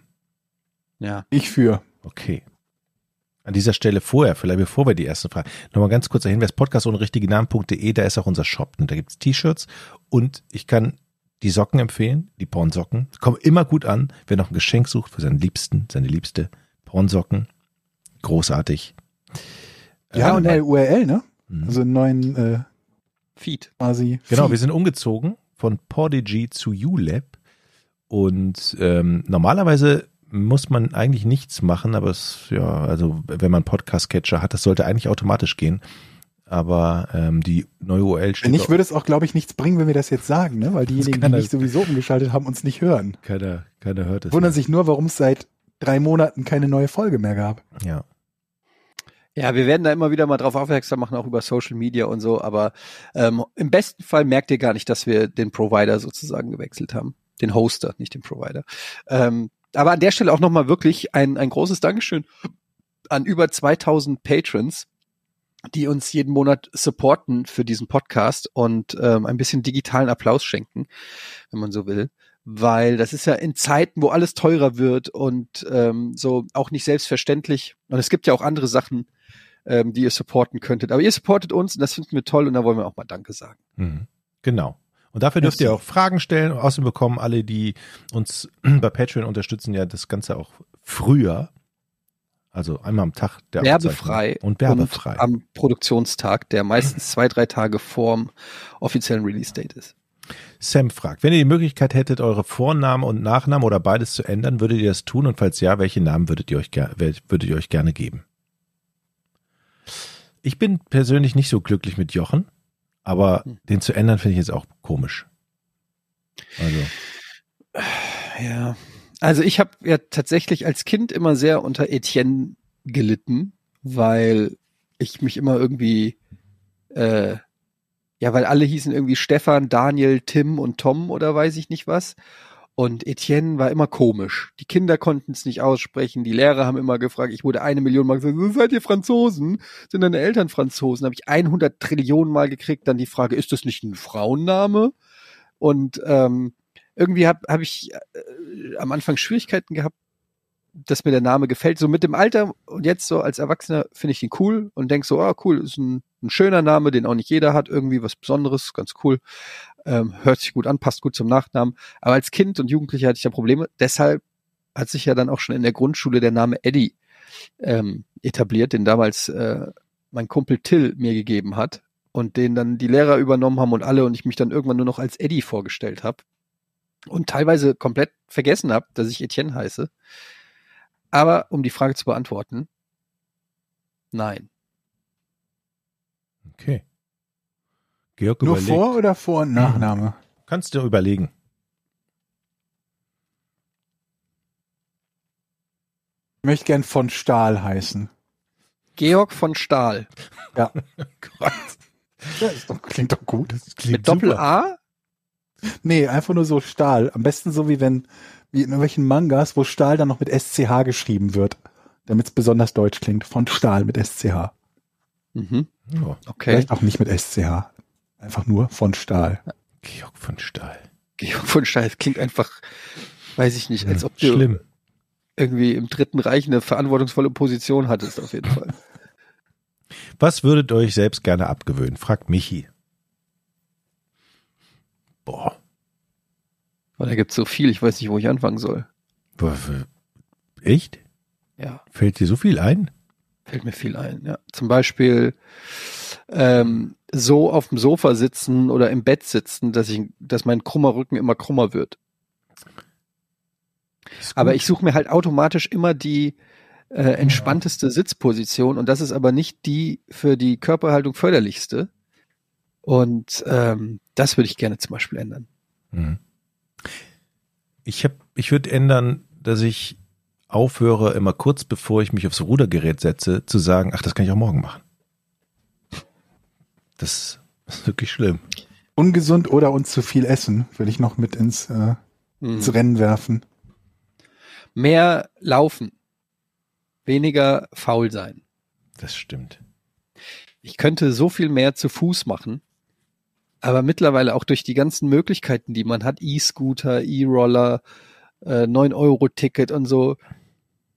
B: Ja.
A: Ich für.
C: Okay. An dieser Stelle vorher, vielleicht bevor wir die ersten Fragen, nochmal ganz kurzer Hinweis, podcast ohne richtige Namen.de, da ist auch unser Shop und da gibt's T-Shirts und ich kann die Socken empfehlen, die Pornsocken, kommen immer gut an, wer noch ein Geschenk sucht für seinen Liebsten, seine Liebste, Pornsocken, großartig.
A: Ja,
C: Ähm,
A: und neue URL, ne?
B: Mhm.
C: mh.
A: Also einen neuen äh,
B: Feed.
A: quasi.
C: Genau, wir
A: Feed.
C: sind umgezogen von Podigy zu ULab. Und ähm, normalerweise muss man eigentlich nichts machen, aber es, ja, also wenn man Podcast-Catcher hat, das sollte eigentlich automatisch gehen. Aber ähm, die neue URL steht.
A: Wenn nicht,
C: auch-
A: würde es auch, glaube ich, nichts bringen, wenn wir das jetzt sagen, ne? Weil diejenigen, die
C: keiner-
A: nicht sowieso umgeschaltet haben, uns nicht hören.
C: keiner, keiner hört es.
A: Wundern
C: mehr.
A: sich nur, warum es seit drei Monaten keine neue Folge mehr gab.
C: Ja.
B: Ja, wir werden da immer wieder mal drauf aufmerksam machen, auch über Social Media und so, aber ähm, im besten Fall merkt ihr gar nicht, dass wir den Provider sozusagen gewechselt haben. Den Hoster, nicht den Provider. Ähm, aber an der Stelle auch nochmal wirklich ein, ein großes Dankeschön an über 2000 Patrons, die uns jeden Monat supporten für diesen Podcast und ähm, ein bisschen digitalen Applaus schenken, wenn man so will. Weil das ist ja in Zeiten, wo alles teurer wird und ähm, so auch nicht selbstverständlich. Und es gibt ja auch andere Sachen, ähm, die ihr supporten könntet. Aber ihr supportet uns und das finden wir toll und da wollen wir auch mal Danke sagen.
C: Mhm. Genau. Und dafür dürft ihr auch Fragen stellen. Außerdem bekommen alle, die uns bei Patreon unterstützen, ja das Ganze auch früher. Also einmal am Tag der
B: Werbefrei
C: Aufzeichnung. und werbefrei.
B: Und am Produktionstag, der meistens zwei, drei Tage vorm offiziellen Release-Date ist.
C: Sam fragt, wenn ihr die Möglichkeit hättet, eure Vornamen und Nachnamen oder beides zu ändern, würdet ihr das tun? Und falls ja, welche Namen würdet ihr euch, ger wel- würdet ihr euch gerne geben? Ich bin persönlich nicht so glücklich mit Jochen, aber
B: Hm.
C: den zu ändern finde ich jetzt auch komisch. Also,
B: Ja. Also ich habe ja tatsächlich als Kind immer sehr unter Etienne gelitten, weil ich mich immer irgendwie, äh, ja, weil alle hießen irgendwie Stefan, Daniel, Tim und Tom oder weiß ich nicht was. Und Etienne war immer komisch. Die Kinder konnten es nicht aussprechen. Die Lehrer haben immer gefragt. Ich wurde eine Million Mal gesagt, seid ihr Franzosen? Sind deine Eltern Franzosen? Habe ich 100 Trillionen Mal gekriegt. Dann die Frage, ist das nicht ein Frauenname? Und ähm, irgendwie habe hab ich äh, am Anfang Schwierigkeiten gehabt, dass mir der Name gefällt. So mit dem Alter und jetzt so als Erwachsener finde ich ihn cool und denk so, ah cool, ist ein, ein schöner Name, den auch nicht jeder hat. Irgendwie was Besonderes, ganz cool. Ähm, hört sich gut an, passt gut zum Nachnamen. Aber als Kind und Jugendlicher hatte ich da Probleme. Deshalb hat sich ja dann auch schon in der Grundschule der Name Eddie ähm, etabliert, den damals äh, mein Kumpel Till mir gegeben hat und den dann die Lehrer übernommen haben und alle und ich mich dann irgendwann nur noch als Eddie vorgestellt habe und teilweise komplett vergessen habe, dass ich Etienne heiße. Aber um die Frage zu beantworten, nein.
C: Okay. Georg
A: Nur
C: überlegt.
A: Vor- oder Vor-
B: Mhm.
A: und Nachname?
C: Kannst du überlegen.
A: Ich möchte gern von Stahl heißen.
B: Georg von Stahl.
C: Gott,
A: Ja, ist doch, klingt doch gut.
C: das klingt
B: Mit Doppel
C: super.
B: A?
A: Nee, einfach nur so Stahl. Am besten so wie wenn, wie in irgendwelchen Mangas, wo Stahl dann noch mit SCH geschrieben wird, damit es besonders deutsch klingt. Von Stahl mit SCH.
B: Mhm,
C: Oh,
B: okay.
A: Vielleicht auch nicht mit SCH. Einfach nur von Stahl.
C: Georg von Stahl.
B: Georg von Stahl das klingt einfach, weiß ich nicht, als ob du
C: Schlimm.
B: irgendwie im Dritten Reich eine verantwortungsvolle Position hattest, auf jeden Fall.
C: Was würdet ihr euch selbst gerne abgewöhnen? Fragt Michi. Boah.
B: Weil da gibt es so viel, ich weiß nicht, wo ich anfangen soll.
C: W- w- Echt?
B: Ja,
C: Fällt dir so viel ein?
B: fällt mir viel ein. Ja. Zum Beispiel ähm, so auf dem Sofa sitzen oder im Bett sitzen, dass ich, dass mein krummer Rücken immer krummer wird.
C: Ist gut.
B: Aber ich suche mir halt automatisch immer die äh, entspannteste Sitzposition und das ist aber nicht die für die Körperhaltung förderlichste. Und ähm, das würde ich gerne zum Beispiel ändern.
C: Mhm. Ich hab, ich würde ändern, dass ich aufhöre, immer kurz bevor ich mich aufs Rudergerät setze, zu sagen, ach, das kann ich auch morgen machen. Das ist wirklich schlimm.
A: Ungesund oder uns zu viel essen, will ich noch mit ins, äh,
C: Hm.
A: ins Rennen werfen.
B: Mhm. Mehr laufen, weniger faul sein.
C: Das stimmt.
B: Ich könnte so viel mehr zu Fuß machen, aber mittlerweile auch durch die ganzen Möglichkeiten, die man hat, E-Scooter, E-Roller, äh, 9-Euro-Ticket und so.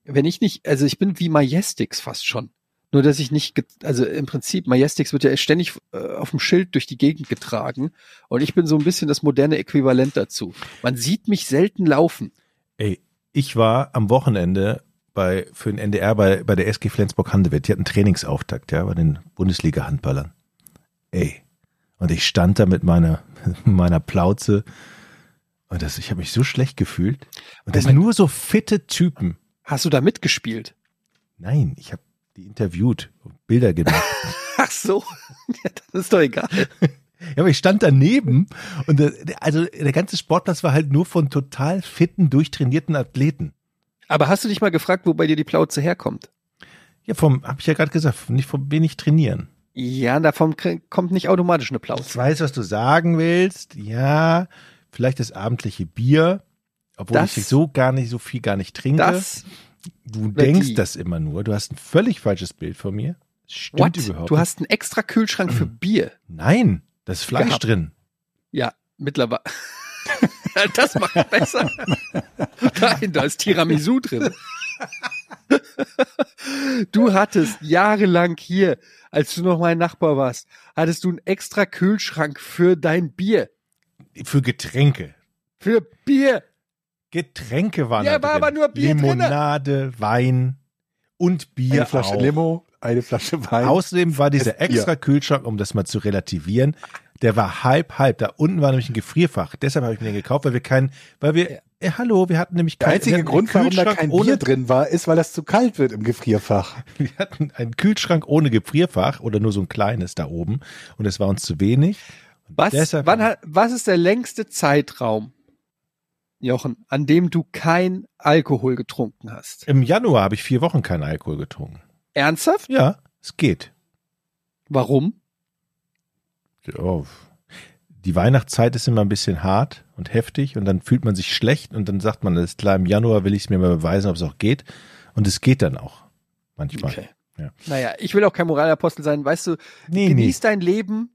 B: Wenn ich nicht, also ich bin wie Majestix fast schon. Nur, dass ich nicht, ge- also im Prinzip, Majestix wird ja ständig äh, auf dem Schild durch die Gegend getragen und ich bin so ein bisschen das moderne Äquivalent dazu. Man sieht mich selten laufen.
C: Ey, ich war am Wochenende bei, für den NDR bei, bei der SG Flensburg-Handewitt. Die hatten Trainingsauftakt, ja, bei den Bundesliga-Handballern. Ey. Und ich stand da mit meiner, meiner Plauze und das, ich habe mich so schlecht gefühlt. Und das sind
B: Moment.
C: nur so fitte Typen.
B: Hast du da mitgespielt?
C: Nein, ich habe die interviewt, und Bilder gemacht.
B: Ach so, ja, das ist doch egal.
C: ja, aber ich stand daneben und äh, also der ganze Sportplatz war halt nur von total fitten, durchtrainierten Athleten.
B: Aber hast du dich mal gefragt, wo bei dir die Plauze herkommt?
C: Ja, vom, habe ich ja gerade gesagt, nicht vom wenig trainieren.
B: Ja, davon krie- kommt nicht automatisch eine
C: Ich
B: Plauze.
C: weiß, was du sagen willst. Ja, vielleicht das abendliche Bier, obwohl
B: Das-
C: ich so gar nicht so viel gar nicht trinke.
B: Das,
C: du
B: oder
C: denkst
B: die.
C: das immer nur. Du hast ein völlig falsches Bild von mir. Das Stimmt
B: what?
C: überhaupt.
B: Du
C: nicht.
B: hast einen extra Kühlschrank für Bier.
C: Nein, da ist Fleisch
B: Gehabt.
C: drin.
B: Ja, mittlerweile. das macht es besser. Nein, da ist Tiramisu drin. Du hattest jahrelang hier, als du noch mein Nachbar warst, hattest du einen extra Kühlschrank für dein Bier.
C: Für Getränke.
B: Für Bier.
C: Getränke waren
B: Ja,
C: da
B: war
C: drin.
B: aber nur Bier drinne.
C: Limonade, Wein und Bier
A: Eine Flasche
C: auch.
A: Limo, eine Flasche Wein.
C: Außerdem war dieser
A: Bier.
C: extra Kühlschrank, um das mal zu relativieren, der war halb, halb. Da unten war nämlich ein Gefrierfach. Deshalb habe ich mir den gekauft, weil wir keinen, weil wir,
B: Ja.
C: äh, hallo, wir hatten nämlich
A: der
C: keinen
A: einzige Grund, warum da kein Bier
C: ohne,
A: drin war, ist, weil das zu kalt wird im Gefrierfach.
C: Wir hatten einen Kühlschrank ohne Gefrierfach oder nur so ein kleines da oben. Und es war uns zu wenig. Und
B: Was,
C: deshalb-
B: wann, hat- was ist der längste Zeitraum, Jochen, an dem du kein Alkohol getrunken hast?
C: Im Januar habe ich vier Wochen keinen Alkohol getrunken.
B: Ernsthaft?
C: Ja, es geht.
B: Warum?
C: Ja, die Weihnachtszeit ist immer ein bisschen hart und heftig und dann fühlt man sich schlecht und dann sagt man, alles klar, im Januar will ich es mir mal beweisen, ob es auch geht. Und es geht dann auch manchmal.
B: Okay.
C: Ja.
B: Naja, ich will auch kein Moralapostel sein, weißt du,
C: Nee,
B: genieß dein Leben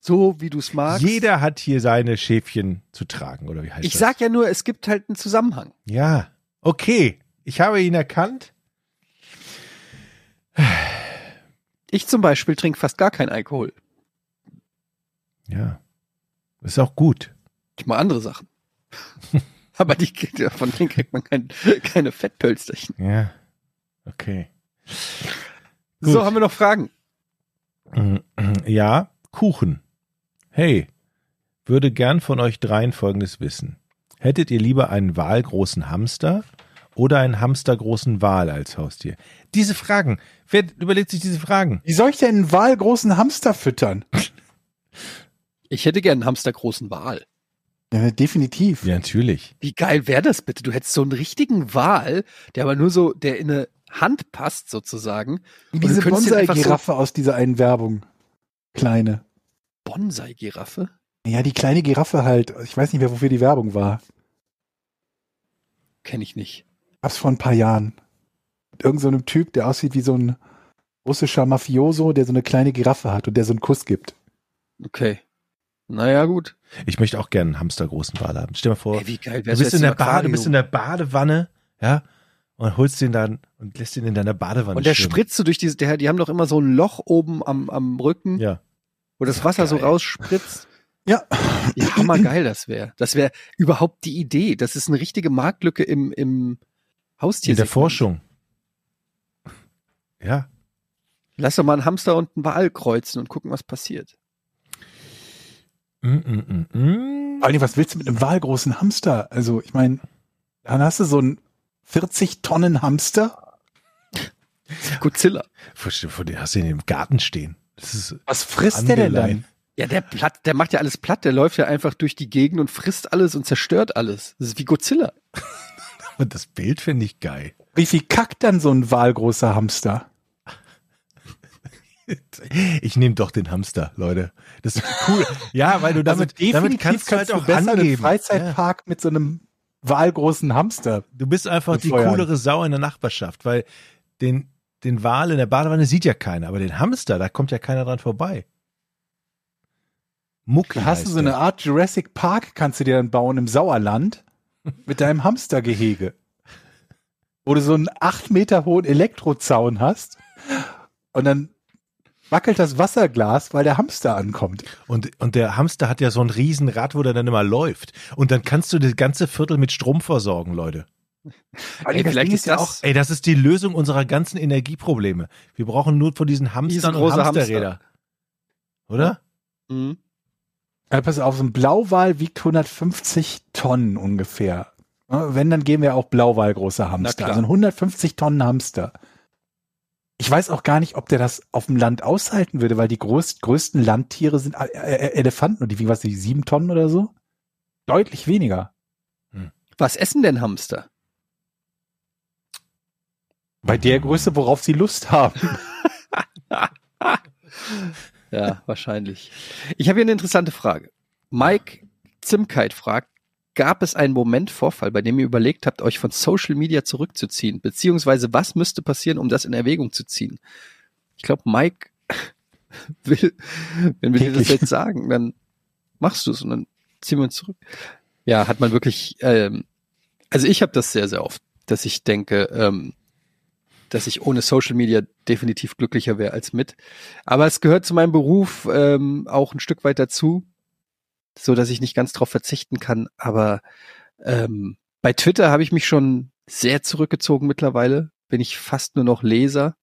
B: so, wie du es magst.
C: Jeder hat hier seine Schäfchen zu tragen, oder wie heißt
B: ich
C: das?
B: sag ja nur, es gibt halt einen Zusammenhang.
C: Ja, okay. Ich habe ihn erkannt.
B: Ich zum Beispiel trinke fast gar keinen Alkohol.
C: Ja. Ist auch gut.
B: Ich mal andere Sachen. Aber die, davon kriegt man kein, keine Fettpölsterchen.
C: Ja. Okay. Gut.
B: So, haben wir noch Fragen?
C: Ja, Kuchen. Hey, würde gern von euch dreien Folgendes wissen. Hättet ihr lieber einen wahlgroßen Hamster oder einen hamstergroßen Wal als Haustier? Diese Fragen. Wer überlegt sich diese Fragen?
A: Wie soll ich denn einen wahlgroßen Hamster füttern?
B: Ich hätte gern einen hamstergroßen Wal.
A: Ja, definitiv.
C: Ja, natürlich.
B: Wie geil wäre das bitte? Du hättest so einen richtigen Wal, der aber nur so, der in eine Hand passt sozusagen.
A: Wie
B: Und du
A: diese
B: könntest ihn einfach so-
A: Bonsai-Giraffe aus dieser einen Werbung. Kleine.
B: Bonsai-Giraffe?
A: Ja, die kleine Giraffe halt. Ich weiß nicht mehr, wofür die Werbung war.
B: Kenne ich nicht.
A: Gab's vor ein paar Jahren. Mit irgendeinem so einem Typ, der aussieht wie so ein russischer Mafioso, der so eine kleine Giraffe hat und der so einen Kuss gibt.
B: Okay. Naja, gut.
C: Ich möchte auch gerne einen hamstergroßen Wal haben. Stell dir mal vor,
B: Ey, wie geil
C: du
B: wär's
C: bist,
B: jetzt
C: in der
B: im
C: Bade, du
B: Aquarium?
C: bist in der Badewanne, ja, und holst den dann und lässt ihn in deiner Badewanne
B: Und der
C: schwimmen.
B: spritzt so durch diese, der, die haben doch immer so ein Loch oben am, am Rücken,
C: Ja.
B: wo das Wasser so
C: Geil.
B: rausspritzt.
A: Ja.
B: Wie hammergeil das wäre. Das wäre überhaupt die Idee. Das ist eine richtige Marktlücke im, im Haustier.
C: In der Forschung. Ja.
B: Lass doch mal einen Hamster und einen Wal kreuzen und gucken, was passiert.
C: Mm, mm, mm, mm.
A: Vor allem, was willst du mit einem wahlgroßen Hamster? Also, ich meine, dann hast du so einen 40 Tonnen Hamster.
B: Godzilla.
C: Vor- Vor dir hast du ihn im Garten stehen. Das ist
A: Was frisst der denn dann?
C: Angeleiert.
B: Ja, der platt, der macht ja alles platt. Der läuft ja einfach durch die Gegend und frisst alles und zerstört alles. Das ist wie Godzilla.
C: Und das Bild finde ich geil.
A: Wie viel kackt dann so ein wahlgroßer Hamster?
C: Ich nehme doch den Hamster, Leute. Das ist cool. Ja, weil du
A: Also
C: damit, damit kannst du halt auch
A: einen
C: angeben. Ja.
A: Freizeitpark mit so einem wahlgroßen Hamster.
C: Du bist einfach
A: Mit
C: die
A: Feuern.
C: coolere Sau in der Nachbarschaft, weil den, den Wal in der Badewanne sieht ja keiner, aber den Hamster, da kommt ja keiner dran vorbei. Mucki
A: Da hast du
C: heißt
A: so eine
C: der.
A: Art Jurassic Park, kannst du dir dann bauen im Sauerland mit deinem Hamstergehege. Wo du so einen acht Meter hohen Elektrozaun hast und dann wackelt das Wasserglas, weil der Hamster ankommt.
C: Und, und der Hamster hat ja so ein Riesenrad, wo der dann immer läuft. Und dann kannst du das ganze Viertel mit Strom versorgen, Leute.
B: Ey,
A: das
B: vielleicht
A: Ding
B: ist
A: ja
B: das
A: auch-
C: Ey, das ist die Lösung unserer ganzen Energieprobleme. Wir brauchen nur von diesen Hamstern und
B: Riesengroße
C: Hamsterräder. Oder?
B: Mhm.
A: Ja, Äh, pass auf, so ein Blauwal wiegt 150 Tonnen ungefähr. Ja, Wenn, dann gehen wir auch Blauwal große Hamster.
B: klar.
A: Also ein 150 Tonnen Hamster. Ich weiß auch gar nicht, ob der das auf dem Land aushalten würde, weil die groß, größten Landtiere sind äh, äh, Elefanten und die wiegen, was, die sieben Tonnen oder so? Deutlich weniger.
B: Was essen denn Hamster?
A: Bei der Größe, worauf sie Lust haben.
B: Ja, wahrscheinlich. Ich habe hier eine interessante Frage. Mike Zimkeit fragt, gab es einen Moment Vorfall, bei dem ihr überlegt habt, euch von Social Media zurückzuziehen? Beziehungsweise was müsste passieren, um das in Erwägung zu ziehen? Ich glaube, Mike will, wenn wir dir das
A: Täglich.
B: jetzt sagen, dann machst du es und dann ziehen wir uns zurück. Ja, hat man wirklich, ähm, also ich habe das sehr, sehr oft, dass ich denke, ähm, dass ich ohne Social Media definitiv glücklicher wäre als mit. Aber es gehört zu meinem Beruf ähm, auch ein Stück weit dazu, so dass ich nicht ganz drauf verzichten kann. Aber ähm, bei Twitter habe ich mich schon sehr zurückgezogen mittlerweile. Bin ich fast nur noch Leser.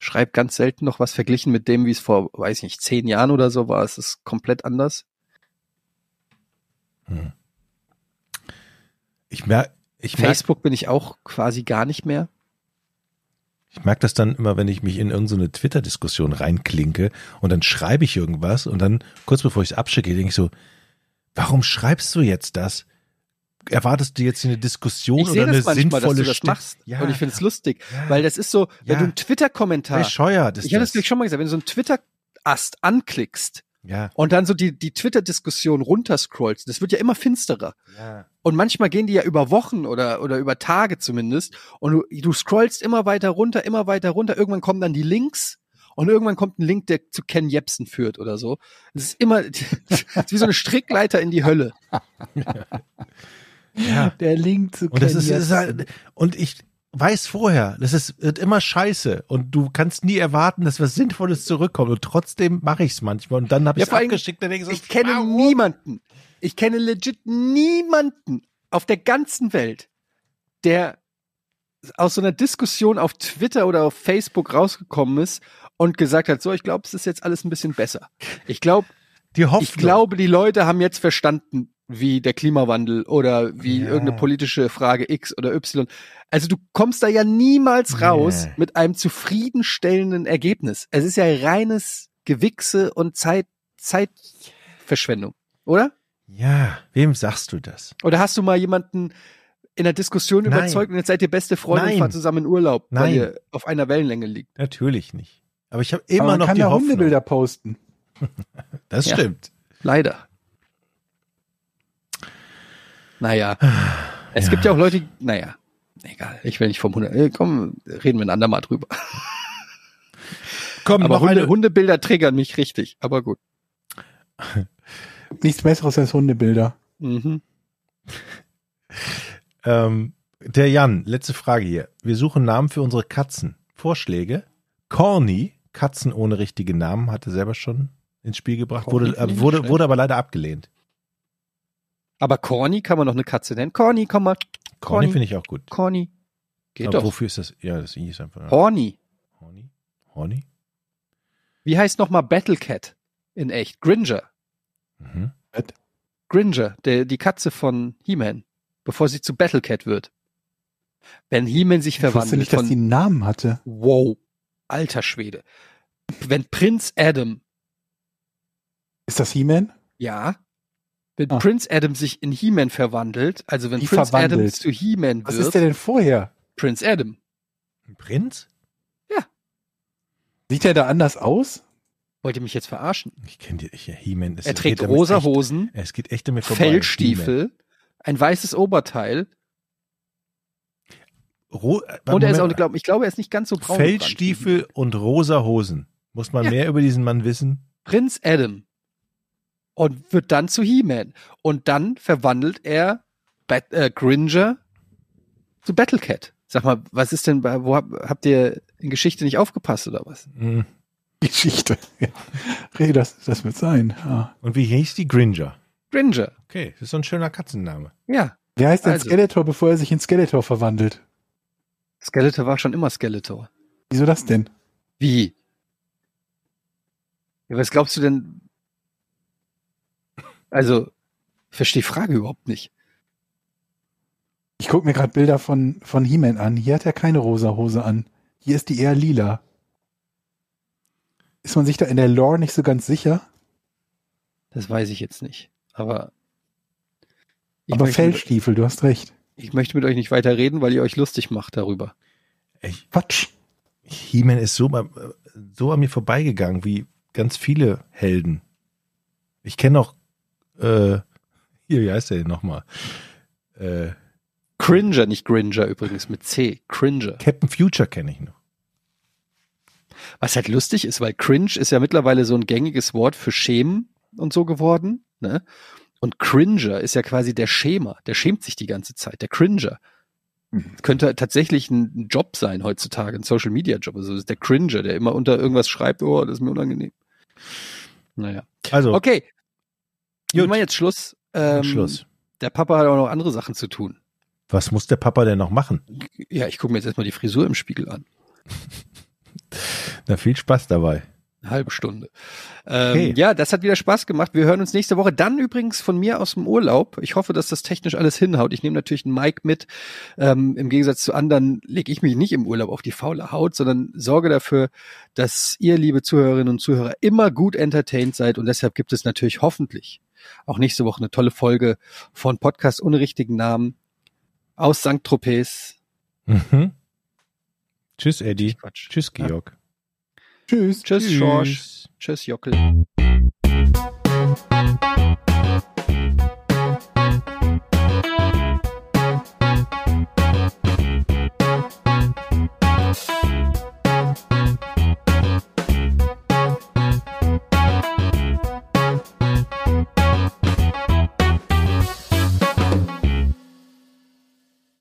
B: Schreib ganz selten noch was verglichen mit dem, wie es vor, weiß ich nicht, zehn Jahren oder so war. Es ist komplett anders.
C: Hm. Ich merke ich merk,
B: Facebook bin ich auch quasi gar nicht mehr.
C: ich merk das dann immer, wenn ich mich in irgendeine Twitter-Diskussion reinklinke und dann schreibe ich irgendwas und dann kurz bevor ich es abschicke, denke ich so, warum schreibst du jetzt das? Erwartest du jetzt hier eine Diskussion
B: Ich sehe
C: oder eine
B: das manchmal, dass
C: sinnvolle
B: du das
C: Sti-
B: machst.
C: Ja,
B: Und ich finde es lustig.
C: ja,
B: Weil das ist so, wenn
C: Ja.
B: du einen Twitter-Kommentar
C: bescheuert ist
B: Ich habe das
C: das.
B: nämlich schon mal gesagt, wenn du so einen Twitter-Ast anklickst
C: Ja.
B: und dann so die, die Twitter-Diskussion runterscrollst. Das wird ja immer finsterer.
C: ja.
B: Und manchmal gehen die ja über Wochen oder, oder über Tage zumindest. Und du, du scrollst immer weiter runter, immer weiter runter. Irgendwann kommen dann die Links. Und irgendwann kommt ein Link, der zu Ken Jebsen führt oder so. Es ist immer es ist wie so eine Strickleiter in die Hölle.
C: ja.
A: Der Link zu
C: Und das
A: Ken
C: ist, ist
A: Jebsen.
C: halt, und ich weiß vorher, das ist, wird immer scheiße und du kannst nie erwarten, dass was Sinnvolles zurückkommt und trotzdem mache ich es manchmal und dann habe
B: Ja,
C: ich es
B: vor allem,
C: abgeschickt und denke so,
B: Ich kenne
C: warum?
B: niemanden. Ich kenne legit niemanden auf der ganzen Welt, der aus so einer Diskussion auf Twitter oder auf Facebook rausgekommen ist und gesagt hat, so, ich glaube, es ist jetzt alles ein bisschen besser. Ich glaube,
C: die Hoffnung.
B: ich glaube, die Leute haben jetzt verstanden, wie der Klimawandel oder wie
C: Ja.
B: irgendeine politische Frage X oder Y. Also du kommst da ja niemals
C: Nee.
B: raus mit einem zufriedenstellenden Ergebnis. Es ist ja reines Gewichse und Zeit, Zeitverschwendung, oder?
C: Ja, wem sagst du das?
B: Oder hast du mal jemanden in der Diskussion
C: Nein.
B: überzeugt und jetzt seid ihr beste Freunde
C: Nein.
B: und fahrt zusammen in Urlaub,
C: Nein.
B: weil ihr auf einer Wellenlänge liegt?
C: Natürlich nicht. Aber ich habe
A: Aber
C: immer
A: man
C: noch
A: kann
C: die
A: da
C: Hoffnung.
A: Hundebilder posten.
C: Das
B: Ja.
C: stimmt.
B: Leider. Naja. Es
C: Ja.
B: gibt ja auch Leute, naja, egal, ich will nicht vom Hund. äh, Komm, reden wir ein andermal drüber.
C: Komm,
B: Aber
C: noch
B: Hunde,
C: eine.
B: Hundebilder triggern mich richtig, aber gut.
A: Nichts Besseres als Hundebilder.
B: Mhm.
C: Ähm, der Jan, letzte Frage hier. Wir suchen Namen für unsere Katzen. Vorschläge? Corny, Katzen ohne richtigen Namen, hatte selber schon ins Spiel gebracht,
B: Corny
C: wurde,
B: finde
C: äh,
B: ich
C: wurde,
B: nicht
C: wurde aber leider abgelehnt.
B: Aber Corny kann man noch eine Katze nennen. Corny, komm mal,
C: Corny,
B: Corny.
C: finde ich auch gut.
B: Corny. Geht
C: aber
B: doch.
C: wofür ist das? Ja, das I ist einfach.
B: Horny.
C: Horny? Horny?
B: Wie heißt nochmal Battle Cat in echt? Gringer.
C: Mhm.
B: Gringer, der, die Katze von He-Man, bevor sie zu Battle Cat wird. Wenn He-Man sich
A: Ich wusste
B: verwandelt
A: nicht, dass
B: von
A: die einen Namen hatte.
B: Wow, alter Schwede. Wenn Prinz Adam,
A: Ist das He-Man?
B: ja, wenn
A: Ah.
B: Prinz Adam sich in He-Man verwandelt, also wenn
A: Wie
B: Prinz Adam
A: verwandelt?
B: zu He-Man
A: Was
B: wird,
A: ist der denn vorher?
B: Prinz Adam.
C: Ein Prinz?
A: Sieht der da anders aus?
B: Wollt ihr mich jetzt verarschen?
C: Ich kenne die. Ich, He-Man ist.
B: er
C: es
B: trägt
C: geht damit
B: rosa
C: echt,
B: Hosen,
C: Es geht echt damit vorbei.
B: Fellstiefel, ein weißes Oberteil
C: He-Man. Ro äh,
B: und er ist auch,
C: Moment,
B: glaub, ich glaube, er ist nicht ganz so braun. gebrannt wie
C: Feldstiefel und rosa Hosen. Muss man
B: Ja.
C: mehr über diesen Mann wissen?
B: Prinz Adam und wird dann zu He-Man. Und dann verwandelt er Bat äh, Gringer zu Battlecat. Sag mal, was ist denn, bei- wo hab, habt ihr in Geschichte nicht aufgepasst oder was?
C: Mhm.
A: Geschichte. Ja. Rede, das, das wird sein. Ja.
C: Und wie hieß die Gringer?
B: Gringer,
C: Okay, das ist so ein schöner Katzenname.
B: ja.
A: Wer heißt denn
B: Also.
A: Skeletor, bevor er sich in Skeletor verwandelt?
B: Skeletor war schon immer Skeletor.
A: Wieso das denn?
B: Wie? Ja, was glaubst du denn? Also, ich verstehe die Frage überhaupt nicht.
A: Ich gucke mir gerade Bilder von, von He-Man an. Hier hat er keine rosa Hose an. Hier ist die eher lila. Ist man sich da in der Lore nicht so ganz sicher?
B: Das weiß ich jetzt nicht. Aber. ich
A: Aber
B: möchte-
A: Fellstiefel, du hast recht.
B: Ich möchte mit euch nicht weiter reden, weil ihr euch lustig macht darüber.
C: Ich,
A: Quatsch.
C: He-Man ist so, bei- so an mir vorbeigegangen wie ganz viele Helden. Ich kenne noch, äh, hier, wie heißt der denn nochmal? Äh,
B: Cringer, nicht Gringer übrigens, mit C. Cringer.
C: Captain Future kenne ich noch.
B: Was halt lustig ist, weil Cringe ist ja mittlerweile so ein gängiges Wort für Schämen und so geworden. Ne? Und Cringer ist ja quasi der Schämer. Der schämt sich die ganze Zeit. Der Cringer.
A: Mhm.
B: Das könnte tatsächlich ein ein Job sein heutzutage, ein Social Media Job. Also das ist der Cringer, der immer unter irgendwas schreibt, oh, das ist mir unangenehm. Naja.
C: Also,
B: Okay.
C: Gut.
B: Gut. Machen wir jetzt Schluss. Ähm,
C: Schluss.
B: Der Papa hat auch noch andere Sachen zu tun.
C: Was muss der Papa denn noch machen?
B: Ja, ich gucke mir jetzt erstmal die Frisur im Spiegel an.
C: Na, viel Spaß dabei.
B: Eine halbe Stunde. Ähm,
C: Okay.
B: Ja, das hat wieder Spaß gemacht. Wir hören uns nächste Woche. Dann übrigens von mir aus dem Urlaub. Ich hoffe, dass das technisch alles hinhaut. Ich nehme natürlich einen Mic mit. Ähm, Im Gegensatz zu anderen lege ich mich nicht im Urlaub auf die faule Haut, sondern sorge dafür, dass ihr, liebe Zuhörerinnen und Zuhörer, immer gut entertained seid. Und deshalb gibt es natürlich hoffentlich auch nächste Woche eine tolle Folge von Podcast ohne richtigen Namen aus St. Tropez.
C: Mhm. Tschüss, Eddie.
B: Quatsch.
C: Tschüss, Georg.
A: Tschüss.
B: Tschüss, Schorsch. Tschüss, Jockel.